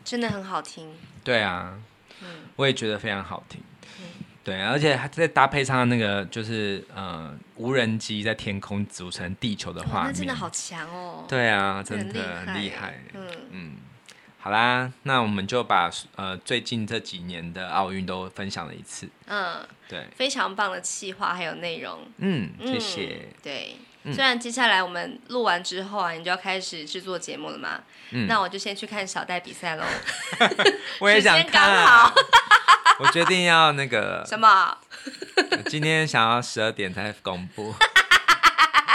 [SPEAKER 1] 真的很好听。
[SPEAKER 2] 对啊，
[SPEAKER 1] 嗯
[SPEAKER 2] 我也觉得非常好听。对，而且还再搭配上那个就是呃无人机在天空组成地球的
[SPEAKER 1] 哇
[SPEAKER 2] 画面，
[SPEAKER 1] 啊那真的好强哦。
[SPEAKER 2] 对啊，
[SPEAKER 1] 这很
[SPEAKER 2] 真的很
[SPEAKER 1] 厉
[SPEAKER 2] 厉
[SPEAKER 1] 害
[SPEAKER 2] 害。
[SPEAKER 1] 嗯，
[SPEAKER 2] 嗯，好啦，那我们就把呃最近这几年的奥运都分享了一次。
[SPEAKER 1] 嗯，
[SPEAKER 2] 对，
[SPEAKER 1] 非常棒的企划还有内容。
[SPEAKER 2] 嗯，
[SPEAKER 1] 嗯
[SPEAKER 2] 谢谢。
[SPEAKER 1] 对，
[SPEAKER 2] 嗯
[SPEAKER 1] 虽然接下来我们录完之后啊，你就要开始制作节目了嘛，
[SPEAKER 2] 嗯
[SPEAKER 1] 那我就先去看小戴比赛喽。
[SPEAKER 2] 我也
[SPEAKER 1] 时
[SPEAKER 2] 想
[SPEAKER 1] 间刚
[SPEAKER 2] 看
[SPEAKER 1] 好，，
[SPEAKER 2] *laughs* 我决定要那个，
[SPEAKER 1] 什么？
[SPEAKER 2] 今天想要十二点才公布，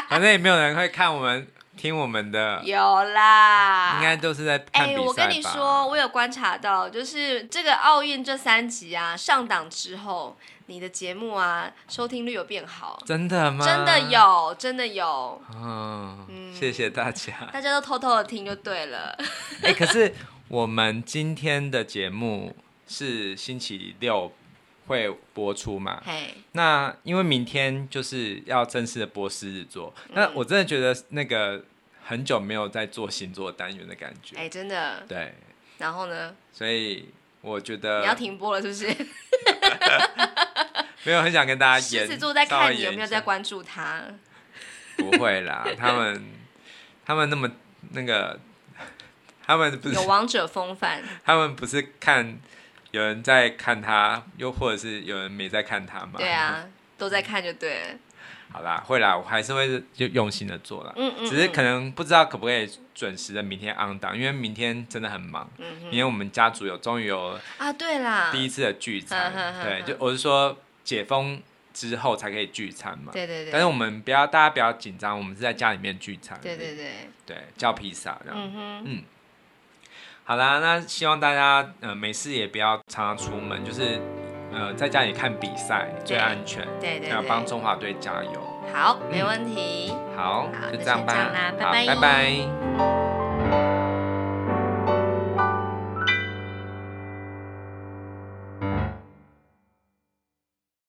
[SPEAKER 2] 反正也没有人会看我们听我们的，
[SPEAKER 1] 有啦，
[SPEAKER 2] 应该都是在看比
[SPEAKER 1] 哎、
[SPEAKER 2] 赛吧。
[SPEAKER 1] 我跟你说，，我有观察到，就是这个奥运这三集啊上档之后，你的节目啊收听率有变好，
[SPEAKER 2] 真的吗？
[SPEAKER 1] 真的。有，真的有，
[SPEAKER 2] 哦，
[SPEAKER 1] 嗯
[SPEAKER 2] 谢谢大家。
[SPEAKER 1] *laughs* 大家都偷偷的听就对了。
[SPEAKER 2] 哎、可是我们今天的节目是星期六会播出嘛？
[SPEAKER 1] 嘿，
[SPEAKER 2] 那因为明天就是要正式的播狮子座，
[SPEAKER 1] 嗯
[SPEAKER 2] 那我真的觉得那个很久没有在做星座单元的感觉，
[SPEAKER 1] 哎、真的。
[SPEAKER 2] 对，呃
[SPEAKER 1] 然后呢，
[SPEAKER 2] 所以我觉
[SPEAKER 1] 你要
[SPEAKER 2] 得
[SPEAKER 1] 停播了是不是？
[SPEAKER 2] 没有很想跟大家
[SPEAKER 1] 狮
[SPEAKER 2] 演，
[SPEAKER 1] 子座在
[SPEAKER 2] 稍
[SPEAKER 1] 看
[SPEAKER 2] 微
[SPEAKER 1] 你
[SPEAKER 2] 演
[SPEAKER 1] 有没有
[SPEAKER 2] 一
[SPEAKER 1] 在
[SPEAKER 2] 下，
[SPEAKER 1] 关注他。
[SPEAKER 2] 不会啦，他们他们那么那个， *laughs* 他们 *laughs* 不是
[SPEAKER 1] 有啊王者风范，
[SPEAKER 2] 他们不是看有人在看他，又或者是有人没在看他吗？
[SPEAKER 1] 对，啊，
[SPEAKER 2] *laughs*
[SPEAKER 1] 都在看就对了。
[SPEAKER 2] 好啦，会啦，我还是会就用心的做啦。
[SPEAKER 1] 嗯嗯，
[SPEAKER 2] 只是
[SPEAKER 1] 嗯
[SPEAKER 2] 可能不知道可不可以准时的明天 on 档，因为明天真的很忙。
[SPEAKER 1] 嗯
[SPEAKER 2] 明天我们家族有终于有
[SPEAKER 1] 啊，对啦，
[SPEAKER 2] 第一次的聚餐，
[SPEAKER 1] 哼哼哼
[SPEAKER 2] 对，
[SPEAKER 1] 哼
[SPEAKER 2] 就我是说解封之后才可以聚餐嘛。
[SPEAKER 1] 对对对，
[SPEAKER 2] 但是我们不要大家不要紧张，我们是在家里面聚餐。
[SPEAKER 1] 对对对，
[SPEAKER 2] 对，叫披萨这样。
[SPEAKER 1] 嗯哼，
[SPEAKER 2] 好啦，那希望大家呃没事也不要常常出门，就是呃在家里看比赛最安全，
[SPEAKER 1] 对对
[SPEAKER 2] 要
[SPEAKER 1] 对，
[SPEAKER 2] 帮中华队加油。
[SPEAKER 1] 好，没问题。
[SPEAKER 2] 好，
[SPEAKER 1] 好
[SPEAKER 2] 就
[SPEAKER 1] 那
[SPEAKER 2] 这样
[SPEAKER 1] 先
[SPEAKER 2] 吧，
[SPEAKER 1] 这样啦拜
[SPEAKER 2] 好
[SPEAKER 1] 拜
[SPEAKER 2] 拜拜